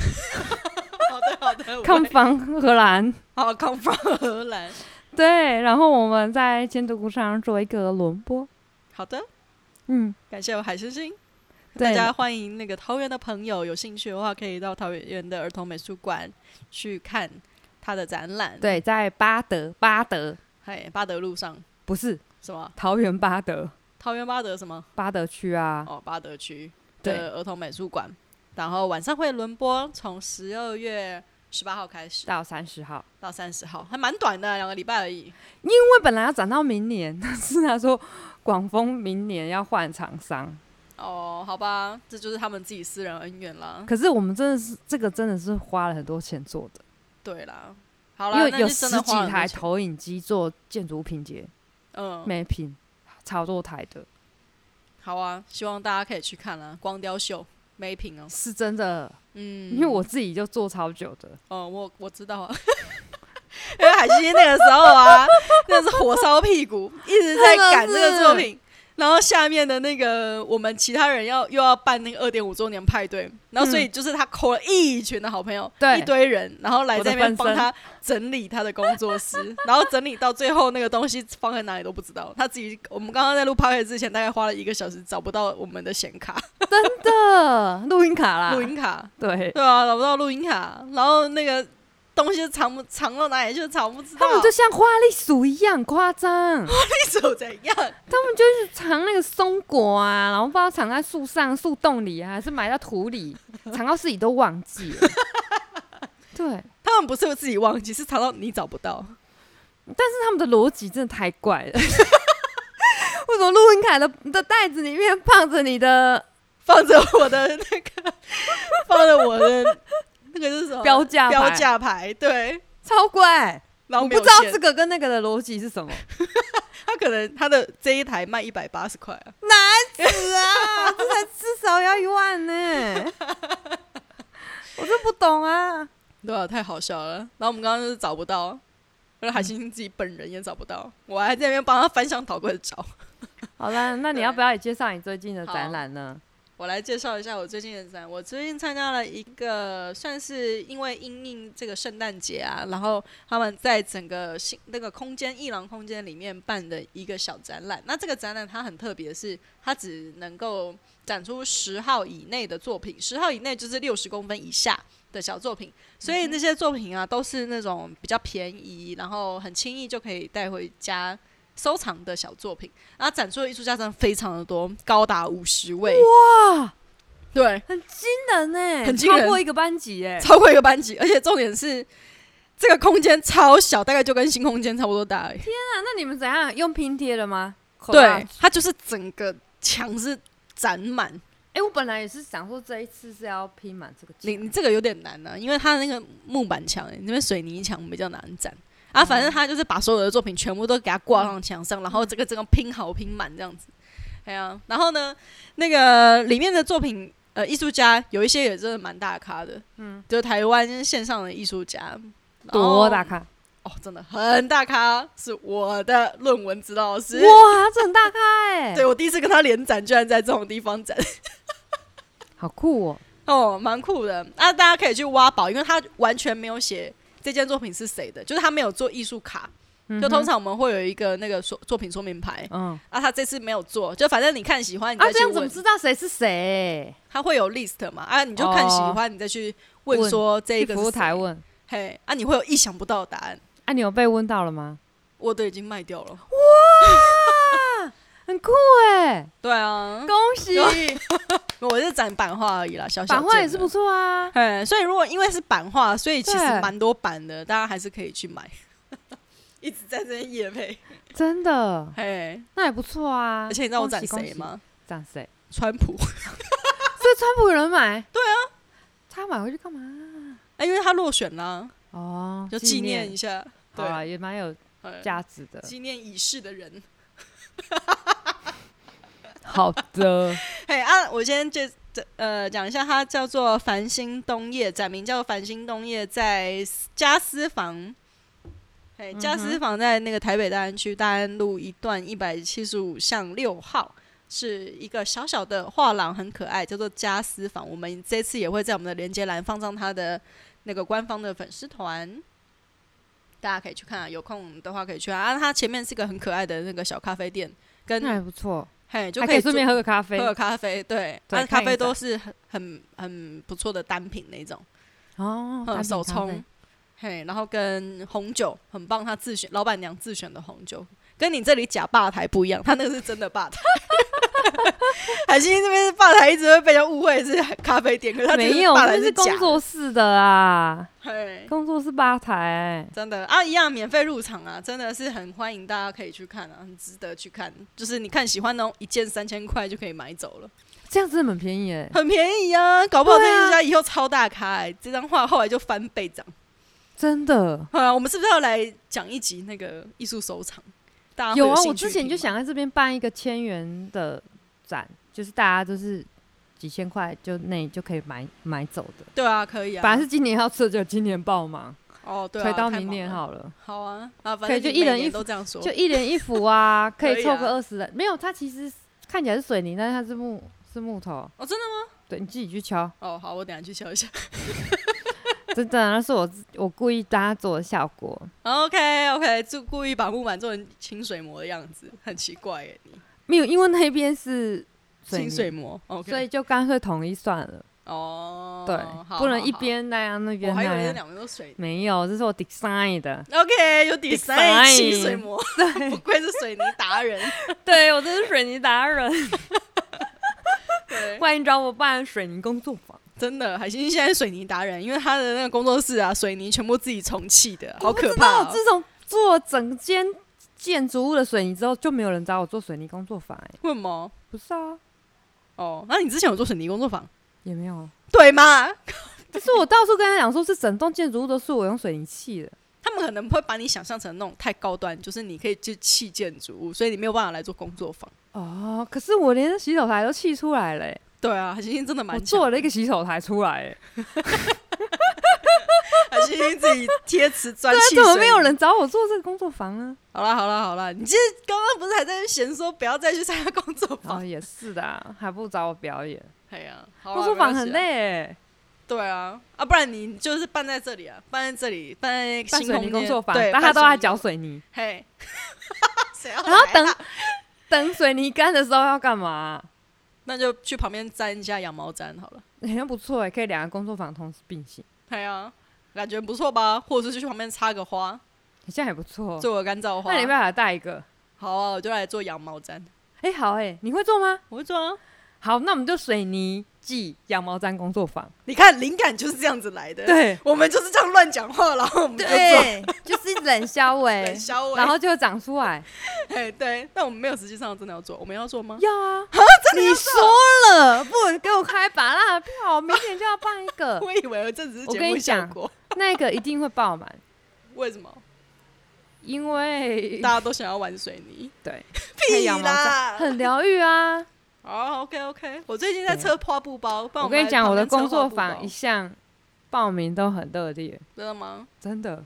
Speaker 1: 好的好的，我
Speaker 2: 看房荷兰。
Speaker 1: 好康方荷兰，
Speaker 2: 对，然后我们在千独谷上做一个轮播，
Speaker 1: 好的，
Speaker 2: 嗯，
Speaker 1: 感谢我海星星。大
Speaker 2: 对，
Speaker 1: 家欢迎那个桃园的朋友，有兴趣的话可以到桃园的儿童美术馆去看他的展览。，
Speaker 2: 对，在巴德，巴德
Speaker 1: 嘿，巴德路上
Speaker 2: 不是
Speaker 1: 什么
Speaker 2: 桃园巴德，
Speaker 1: 桃园巴德什么
Speaker 2: 巴德区啊，
Speaker 1: 哦巴德区
Speaker 2: 对
Speaker 1: 的儿童美术馆，然后晚上会轮播，从十二月十八号开始
Speaker 2: 到三十号，
Speaker 1: 到三十号，还蛮短的，两个礼拜而已。
Speaker 2: 因为本来要展到明年，但是他说广丰明年要换厂商，
Speaker 1: 哦，好吧，这就是他们自己私人恩怨啦。
Speaker 2: 可是我们真的是这个真的是花了很多钱做的，
Speaker 1: 对啦，好啦，
Speaker 2: 因为
Speaker 1: 那
Speaker 2: 有
Speaker 1: 就
Speaker 2: 十
Speaker 1: 真的
Speaker 2: 几
Speaker 1: 花很多
Speaker 2: 台
Speaker 1: 钱，
Speaker 2: 投影机做建筑品节、
Speaker 1: 嗯，
Speaker 2: 美品，超多台的，
Speaker 1: 好啊，希望大家可以去看啦，光雕秀。美品哦，
Speaker 2: 是真的，
Speaker 1: 嗯，
Speaker 2: 因为我自己就做超久的，
Speaker 1: 哦，我我知道啊， 因为海西那个时候啊，那是火烧屁股，一直在赶这个作品。然后下面的那个我们其他人要又要办那个二点五周年派对，然后所以就是他扣了一群的好朋友，
Speaker 2: 对
Speaker 1: 一堆人，然后来
Speaker 2: 我的
Speaker 1: 这边
Speaker 2: 分
Speaker 1: 帮
Speaker 2: 身
Speaker 1: 他整理他的工作室，然后整理到最后那个东西放在哪里都不知道，他自己我们刚刚在录 p o d 之前大概花了一个小时找不到我们的显卡、
Speaker 2: 真的录音卡啦，
Speaker 1: 哦录音卡，
Speaker 2: 对，
Speaker 1: 对啊，找不到录音卡，然后那个东西藏不藏到哪里就藏不知道，
Speaker 2: 他们就像花栗鼠一样夸张，
Speaker 1: 一手怎 样？
Speaker 2: 他们就是藏那个松果啊，然后不知道藏在树上、树洞里啊，还是埋到土 里，藏到自己都忘记 了。对，但
Speaker 1: 他们不是自己忘记，是藏到你找不到。
Speaker 2: 是他们的逻辑真的太怪了。 为什么录音卡的的袋子里面放着你的
Speaker 1: 放着我的那个， 放着我的那个是什么
Speaker 2: 呃标价牌
Speaker 1: 标价牌？对，
Speaker 2: 超怪？
Speaker 1: 然后
Speaker 2: 我
Speaker 1: 没
Speaker 2: 不
Speaker 1: 有
Speaker 2: 知道
Speaker 1: 线
Speaker 2: 这个跟那个的逻辑是 什么。
Speaker 1: 他可能他的这一台卖一百八十块啊，
Speaker 2: 难死啊！这才至少要一万呢、 我就不懂啊。
Speaker 1: 对啊，太好笑了。然后我们刚刚就是找不到，而海
Speaker 2: 嗯
Speaker 1: 星星自己本人也找不到，我还在那边帮他翻箱倒柜的找。
Speaker 2: 好了，那你
Speaker 1: 对
Speaker 2: 要不要也介绍你最近的
Speaker 1: 好
Speaker 2: 展览呢？
Speaker 1: 我来介绍一下我最近的展。我最近参加了一个，算是因为因应这个圣诞节啊，然后他们在整个新那个空间艺廊空间里面办的一个小展览。那这个展览它很特别是，它只能够展出十号以内的作品，十号以内就是六十公分以下的小作品。所以那些作品啊，都是那种比较便宜，然后很轻易就可以带回家。收藏的小作品，然后展出的艺术家真的非常的多，高达五十位。
Speaker 2: 哇，
Speaker 1: 对，
Speaker 2: 很惊人呢、
Speaker 1: 很惊人
Speaker 2: 超过一个班级 哎、
Speaker 1: 超过一个班级，而且重点是这个空间超小，大概就跟新空间差不多大而已。
Speaker 2: 那那你们怎样用拼贴的吗？
Speaker 1: 对
Speaker 2: 哎、，
Speaker 1: 它就是整个墙是展满。
Speaker 2: 诶我本来也是想说这一次是要拼满这个
Speaker 1: 你
Speaker 2: 墙，
Speaker 1: 你这个有点难呢、因为它那个木板墙，你那边水泥墙比较难展。啊，反正他就是把所有的作品全部都给它挂上墙上，然后这个这个拼好拼满这样子。哎呀、然后呢，那个里面的作品，呃，艺术家有一些也真的蛮大咖的，嗯，就台湾线上的艺术家，然后
Speaker 2: 多大咖？
Speaker 1: 哦，真的很大咖，是我的论文指导老师。
Speaker 2: 哇，这很大咖哎、
Speaker 1: 对我第一次跟他联展，居然在这种地方展，
Speaker 2: 好酷哦、
Speaker 1: 哦，蛮酷的。那、大家可以去挖宝，因为他完全没有写这件作品是谁的，就是他没有做艺术卡。就通常我们会有一个那个说作品说明牌，
Speaker 2: 嗯，
Speaker 1: 啊，他这次没有做，就反正你看喜欢你
Speaker 2: 啊，
Speaker 1: 再
Speaker 2: 这
Speaker 1: 去
Speaker 2: 样怎么
Speaker 1: 问，
Speaker 2: 知道谁是谁？
Speaker 1: 他会有 list 嘛，啊，你就看喜欢你再去问
Speaker 2: 哦问
Speaker 1: 说这一
Speaker 2: 去
Speaker 1: 个
Speaker 2: 服
Speaker 1: 是
Speaker 2: 务台
Speaker 1: 谁，
Speaker 2: 问，
Speaker 1: 嘿，啊，你会有意想不到的答案，
Speaker 2: 啊，你有被问到了吗？
Speaker 1: 我都已经卖掉了，
Speaker 2: 很酷哎、
Speaker 1: 对啊，
Speaker 2: 恭喜！
Speaker 1: 我是展版画而已啦，小小
Speaker 2: 版画也
Speaker 1: 件
Speaker 2: 是
Speaker 1: 的
Speaker 2: 不错啊。
Speaker 1: 哎，所以如果因为是版画，所以其实
Speaker 2: 对
Speaker 1: 蛮多版的，大家还是可以去 买。一直在这边夜 配，
Speaker 2: 真的，
Speaker 1: 哎，
Speaker 2: 那也不错啊。
Speaker 1: 而且你知道我展
Speaker 2: 恭喜
Speaker 1: 谁？吗？
Speaker 2: 恭喜展谁？
Speaker 1: 川普，
Speaker 2: 所以川普有人买？对啊，他买回去干嘛？
Speaker 1: 哎，因为他落选啦，
Speaker 2: 哦，
Speaker 1: 就纪念一下，
Speaker 2: 好啊，也蛮有
Speaker 1: 对，
Speaker 2: 价值的。
Speaker 1: 纪念已逝的人。
Speaker 2: 好的，
Speaker 1: 嘿啊，我先介这呃讲一下，它叫做繁星冬夜，展名叫繁星冬夜，在家私房。哎，
Speaker 2: 嗯
Speaker 1: 家私房在那个台北大安区大安路一段一百七十五巷六号，是一个小小的画廊，很可爱，叫做家私房。我们这次也会在我们的连接栏放上它的那个官方的粉丝团，大家可以去看啊，有空的话可以去啊。啊，它前面是一个很可爱的那个小咖啡店，跟
Speaker 2: 那还不错，
Speaker 1: 嘿嗯就
Speaker 2: 嗯还
Speaker 1: 可
Speaker 2: 可以
Speaker 1: 以
Speaker 2: 顺
Speaker 1: 坐
Speaker 2: 便喝个咖啡
Speaker 1: 喝。个咖啡，对，它
Speaker 2: 对看
Speaker 1: 咖
Speaker 2: 一
Speaker 1: 啡都
Speaker 2: 下
Speaker 1: 是很很很不错的单品那种，
Speaker 2: 哦，
Speaker 1: 嗯，
Speaker 2: 单品
Speaker 1: 手
Speaker 2: 咖啡
Speaker 1: 冲，嘿，然后跟红酒很棒，他自选老板娘自选的红酒，跟你这里假吧台不一样，他那个是真的吧台。 海星这边吧台一直会被人家误会是咖啡店，可 是他
Speaker 2: 没有，
Speaker 1: 吧
Speaker 2: 那
Speaker 1: 台
Speaker 2: 是
Speaker 1: 假
Speaker 2: 工
Speaker 1: 的，哎
Speaker 2: 作室的啊，
Speaker 1: 嘿，
Speaker 2: 工作室吧台。
Speaker 1: 真的啊，一样免费入场啊，真的是很欢迎大家可以去看啊，很值得去看，就是你看喜欢那种一件三千块就可以买走了。
Speaker 2: 这样真的很便宜哎，
Speaker 1: 很便宜啊，搞不好这
Speaker 2: 对啊
Speaker 1: 艺术家以后超大咖、欸。这张画后来就翻倍涨。
Speaker 2: 真的
Speaker 1: 好啊，我们是不是要来讲一集那个艺术收藏？大家会
Speaker 2: 有啊！
Speaker 1: 兴
Speaker 2: 我
Speaker 1: 趣
Speaker 2: 之前就
Speaker 1: 听吗，
Speaker 2: 想在这边办一个千元的展，就是大家就是几千块就那就可以买买走的。
Speaker 1: 对啊，可以啊，
Speaker 2: 本来是今年要吃，就今年爆忙，
Speaker 1: 哦，对啊，
Speaker 2: 推到
Speaker 1: 太
Speaker 2: 明
Speaker 1: 忙
Speaker 2: 年
Speaker 1: 了，
Speaker 2: 好了，
Speaker 1: 好啊，啊，反
Speaker 2: 可以
Speaker 1: 正
Speaker 2: 就
Speaker 1: 你
Speaker 2: 一
Speaker 1: 每
Speaker 2: 人一
Speaker 1: 年
Speaker 2: 幅
Speaker 1: 都这样说，
Speaker 2: 就一人一幅啊，可
Speaker 1: 可
Speaker 2: 以
Speaker 1: 以
Speaker 2: 凑
Speaker 1: 啊
Speaker 2: 个二十人。没有，它其实看起来是水泥，但是它是木是木头。
Speaker 1: 哦真的
Speaker 2: 吗？对，你自己去敲，
Speaker 1: 哦，好，我等一下去敲一下。
Speaker 2: 真的，啊那是我自我故意大家做的效果。
Speaker 1: OK OK，就故意把木板做成清水模的样子，很奇怪耶，你
Speaker 2: 没有，因为那边是水泥
Speaker 1: 清水模 OK，
Speaker 2: 所以就干脆统一算了。
Speaker 1: 哦，
Speaker 2: 对，
Speaker 1: 好
Speaker 2: 不能一。
Speaker 1: 好好
Speaker 2: 边那样那
Speaker 1: 我
Speaker 2: 边
Speaker 1: 还以
Speaker 2: 那
Speaker 1: 为是
Speaker 2: 样。
Speaker 1: 两边都水泥。
Speaker 2: 没有，这是我 design 的。
Speaker 1: OK，有
Speaker 2: design
Speaker 1: design 清水模， 不愧是水泥达人。
Speaker 2: 对我真是水泥达人，
Speaker 1: 对，
Speaker 2: 欢迎找我办水泥工作坊。
Speaker 1: 真的，海星现在是水泥达人，因为他的那个工作室啊，水泥全部自己重砌的，好可怕
Speaker 2: 我
Speaker 1: 哦、
Speaker 2: 自从做整间建筑物的水泥之后，就没有人找我做水泥工作坊、欸。
Speaker 1: 为什么？
Speaker 2: 不是啊，
Speaker 1: 哦，那你之前有做水泥工作坊，
Speaker 2: 也没有。
Speaker 1: 对
Speaker 2: 哦
Speaker 1: 吗？
Speaker 2: 可是我到处跟他讲说，是整栋建筑物都是我用水泥砌的。
Speaker 1: 他们可能会把你想象成那种太高端，就是你可以去砌建筑物，所以你没有办法来做工作坊。
Speaker 2: 哦，可是我连洗手台都砌出来了、欸，
Speaker 1: 对啊，海星星真的
Speaker 2: 我
Speaker 1: 蛮强
Speaker 2: 做了一个洗手台出来、欸，
Speaker 1: 海星星自己贴瓷砖
Speaker 2: 对啊
Speaker 1: 砌，
Speaker 2: 怎么
Speaker 1: 水
Speaker 2: 没有
Speaker 1: 泥
Speaker 2: 人找我做这个工作坊啊呢？
Speaker 1: 好啦好啦好啦，你其实刚刚不是还在那嫌说不要再去参加工作坊？
Speaker 2: 哦，也是的啊，还不找我表演，
Speaker 1: 哎呀，好啦
Speaker 2: 工作坊
Speaker 1: 没关
Speaker 2: 很
Speaker 1: 系啊
Speaker 2: 累、欸。
Speaker 1: 对啊，啊，不然你就是办在这里啊，办在这里，办在
Speaker 2: 办
Speaker 1: 星
Speaker 2: 水
Speaker 1: 空
Speaker 2: 泥
Speaker 1: 间
Speaker 2: 啊工作坊，
Speaker 1: 对，
Speaker 2: 大家都在
Speaker 1: 办水泥
Speaker 2: 搅水泥，
Speaker 1: 嘿， 谁要
Speaker 2: 然后
Speaker 1: 来啊
Speaker 2: 等等水泥干的时候要干嘛啊？
Speaker 1: 那就去旁边粘一下羊毛毡好了。
Speaker 2: 好像不错哎，可以两个工作坊同时并行，
Speaker 1: 对啊，感觉不错吧？或者是去旁边插个花，
Speaker 2: 好像还不错。
Speaker 1: 做个干燥花
Speaker 2: 哦那。你办法带一个？
Speaker 1: 好啊，我就来做羊毛毡。
Speaker 2: 哎、好哎，你会做吗？
Speaker 1: 我会做啊，
Speaker 2: 好，那我们就水泥暨羊毛毡工作坊。
Speaker 1: 你看灵感就是这样子来的。，
Speaker 2: 对
Speaker 1: 我们就是这样乱讲话，然后我们就做
Speaker 2: 对，就是冷消尾
Speaker 1: 冷，消尾。
Speaker 2: 然后就长出来。
Speaker 1: 嘿，对，但我们没有实际上真的要做，我们要做吗？
Speaker 2: 要啊，你说了，不给我开拔蜡票，我明天就要办一个，
Speaker 1: 我以为这只是
Speaker 2: 我
Speaker 1: 节
Speaker 2: 跟
Speaker 1: 目
Speaker 2: 你
Speaker 1: 效
Speaker 2: 讲
Speaker 1: 果，
Speaker 2: 那个一定会爆满，
Speaker 1: 为什么
Speaker 2: 因为
Speaker 1: 大家都想要玩水 泥？
Speaker 2: 对，那
Speaker 1: 屁
Speaker 2: 羊毛 毡
Speaker 1: 啦！
Speaker 2: 很疗愈啊。
Speaker 1: 哦，OK OK，我最近在测花布包，不然
Speaker 2: 我
Speaker 1: 我
Speaker 2: 跟你讲，我
Speaker 1: 们来
Speaker 2: 的
Speaker 1: 旁边
Speaker 2: 工
Speaker 1: 测
Speaker 2: 作
Speaker 1: 花布
Speaker 2: 坊
Speaker 1: 包
Speaker 2: 一向报名都很热烈，
Speaker 1: 真的吗？
Speaker 2: 真的。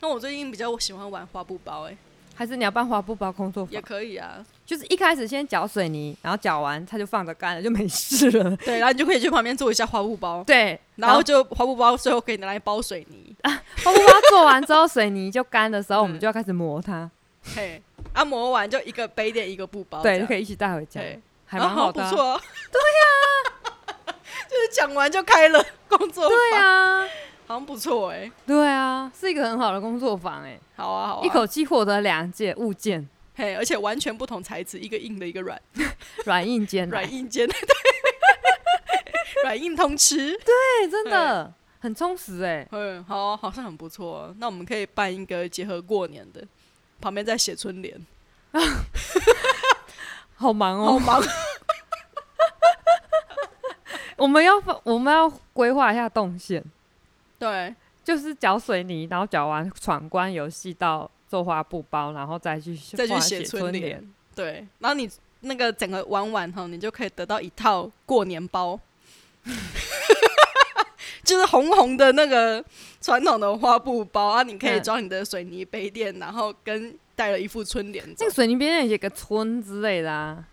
Speaker 1: 那我最近比较喜欢玩花布包、欸，哎，
Speaker 2: 还是你要办花布包工作坊
Speaker 1: 也？可以啊。
Speaker 2: 就是一开始先搅水泥，然后搅完它就放着干了，就没事 了。
Speaker 1: 对，然后你就可以去旁边做一下花布 包，
Speaker 2: 对，
Speaker 1: 然后就花布包最后可以拿来包水泥。
Speaker 2: 花布包做完之后，水泥就干的时候，我们
Speaker 1: 嗯
Speaker 2: 就要开始磨它，
Speaker 1: 嘿，啊，磨完就一个杯垫一个布包，
Speaker 2: 对，就可
Speaker 1: 以，
Speaker 2: 以一起带回家，
Speaker 1: 哦对，
Speaker 2: 还蛮
Speaker 1: 啊
Speaker 2: 好
Speaker 1: 不
Speaker 2: 的啊、
Speaker 1: 错、 对呀、 就是讲完就开了工作，
Speaker 2: 对，啊，
Speaker 1: 好像不错哎、
Speaker 2: 对 啊，是一个很好的工作坊哎、
Speaker 1: 好啊好啊，
Speaker 2: 一口气获得两件物件，
Speaker 1: 嘿，而且完全不同材质，一个硬的，一个软，
Speaker 2: 软硬兼来
Speaker 1: 软硬兼， 对，软硬通吃。
Speaker 2: 对，哎真的很充实哎、
Speaker 1: 嗯，好，好像很不错哦、那我们可以办一个结合过年的，旁边再写春联，
Speaker 2: 好忙哦、
Speaker 1: 好忙。啊
Speaker 2: 我们要放我们要规划一下动线，
Speaker 1: 对，
Speaker 2: 就是搅水泥，然后搅完闯关游戏到做花布包，然后再去
Speaker 1: 再去
Speaker 2: 画
Speaker 1: 写
Speaker 2: 春
Speaker 1: 春联。对，然后你那个整个玩完后，你就可以得到一套过年包， 就是红红的那个传统的花布包啊，你可以
Speaker 2: 嗯
Speaker 1: 装你的水泥杯垫，然后跟带了一副春联走
Speaker 2: 那个。水泥边上写个村之类的啊，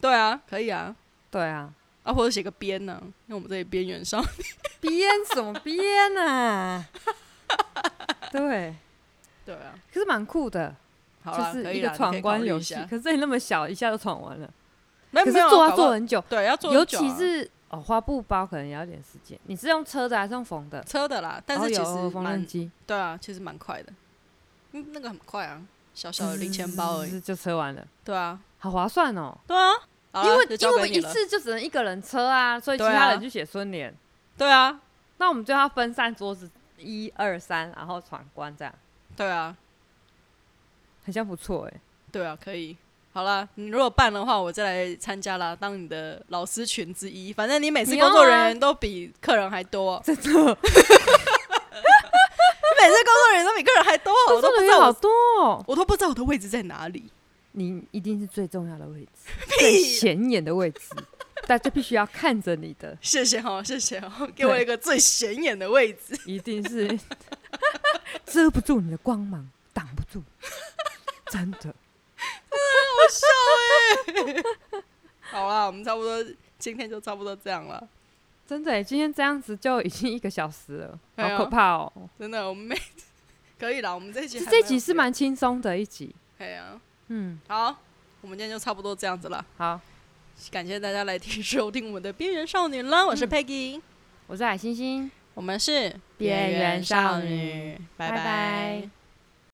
Speaker 1: 对啊，可以啊，
Speaker 2: 对啊，
Speaker 1: 啊或者写个边呢、因为我们这里边缘上。
Speaker 2: 边什么边啊？ 对，
Speaker 1: 对啊，
Speaker 2: 可是蛮酷的，
Speaker 1: 好啦
Speaker 2: 就
Speaker 1: 可
Speaker 2: 是
Speaker 1: 以
Speaker 2: 一个
Speaker 1: 啦你可以
Speaker 2: 闯
Speaker 1: 考
Speaker 2: 关
Speaker 1: 虑
Speaker 2: 游
Speaker 1: 一
Speaker 2: 戏。
Speaker 1: 下
Speaker 2: 可是你那么小，一下就闯完了，
Speaker 1: 没有
Speaker 2: 可是
Speaker 1: 没有啊
Speaker 2: 做
Speaker 1: 搞
Speaker 2: 要
Speaker 1: 不
Speaker 2: 做啊
Speaker 1: 好
Speaker 2: 很久，
Speaker 1: 对要做
Speaker 2: 尤
Speaker 1: 很久啊、
Speaker 2: 其是哦花布包可能也要点时间。你是用车的还是用缝的？
Speaker 1: 车的啦，但
Speaker 2: 然后
Speaker 1: 是其
Speaker 2: 哦有
Speaker 1: 实
Speaker 2: 缝
Speaker 1: 蛮
Speaker 2: 纫机，
Speaker 1: 对啊，其实蛮快的，嗯，那个很快啊，小小
Speaker 2: 嗯
Speaker 1: 的零钱包而已。
Speaker 2: 滋就车完了，
Speaker 1: 对啊，
Speaker 2: 好划算哦。
Speaker 1: 对啊，好啦
Speaker 2: 因为
Speaker 1: 就
Speaker 2: 因
Speaker 1: 交
Speaker 2: 为我
Speaker 1: 给
Speaker 2: 们
Speaker 1: 你
Speaker 2: 一
Speaker 1: 了。
Speaker 2: 次就只能一个人车啊，所以其
Speaker 1: 对啊
Speaker 2: 他人去写春联。
Speaker 1: 对啊，
Speaker 2: 那我们就要分散桌子，一二三，然后闯关这样，
Speaker 1: 对啊，
Speaker 2: 很像不错哎、
Speaker 1: 对啊，可以。好啦，你如果办的话，我再来参加啦，当你的老师群之一。反正你每次
Speaker 2: 你要
Speaker 1: 工作
Speaker 2: 啊
Speaker 1: 人员都比客人还多，
Speaker 2: 真的，
Speaker 1: 每次工作人员都比客人还 多，我都不知道
Speaker 2: 好
Speaker 1: 我，
Speaker 2: 多、哦，
Speaker 1: 我都不知道我的位置在哪里。
Speaker 2: 你一定是最重要的位置， 最显眼的位置，大家必须要看着你的，
Speaker 1: 谢谢哈，谢谢哈，给我
Speaker 2: 对
Speaker 1: 一个最显眼的位置。
Speaker 2: 一定是 遮不住你的光芒，挡不住，真的，
Speaker 1: 好啦，我们差不多今天就差不多这样了。
Speaker 2: 真的耶，今天这样子就已经一个小时了，
Speaker 1: 哎呀
Speaker 2: 好可怕哦！
Speaker 1: 真的，我们没可以啦，我们这一集
Speaker 2: 这
Speaker 1: 还
Speaker 2: 这
Speaker 1: 有
Speaker 2: 集是蛮轻松的一集，
Speaker 1: 可以啊。
Speaker 2: 嗯，
Speaker 1: 好，我们今天就差不多这样子了。
Speaker 2: 好，
Speaker 1: 感谢大家来听收听我们的《边缘少女》啦，我是
Speaker 2: 嗯
Speaker 1: Peggy，、
Speaker 2: 我是海星星。
Speaker 1: 我们是
Speaker 2: 边缘少女，
Speaker 1: 拜
Speaker 2: 拜拜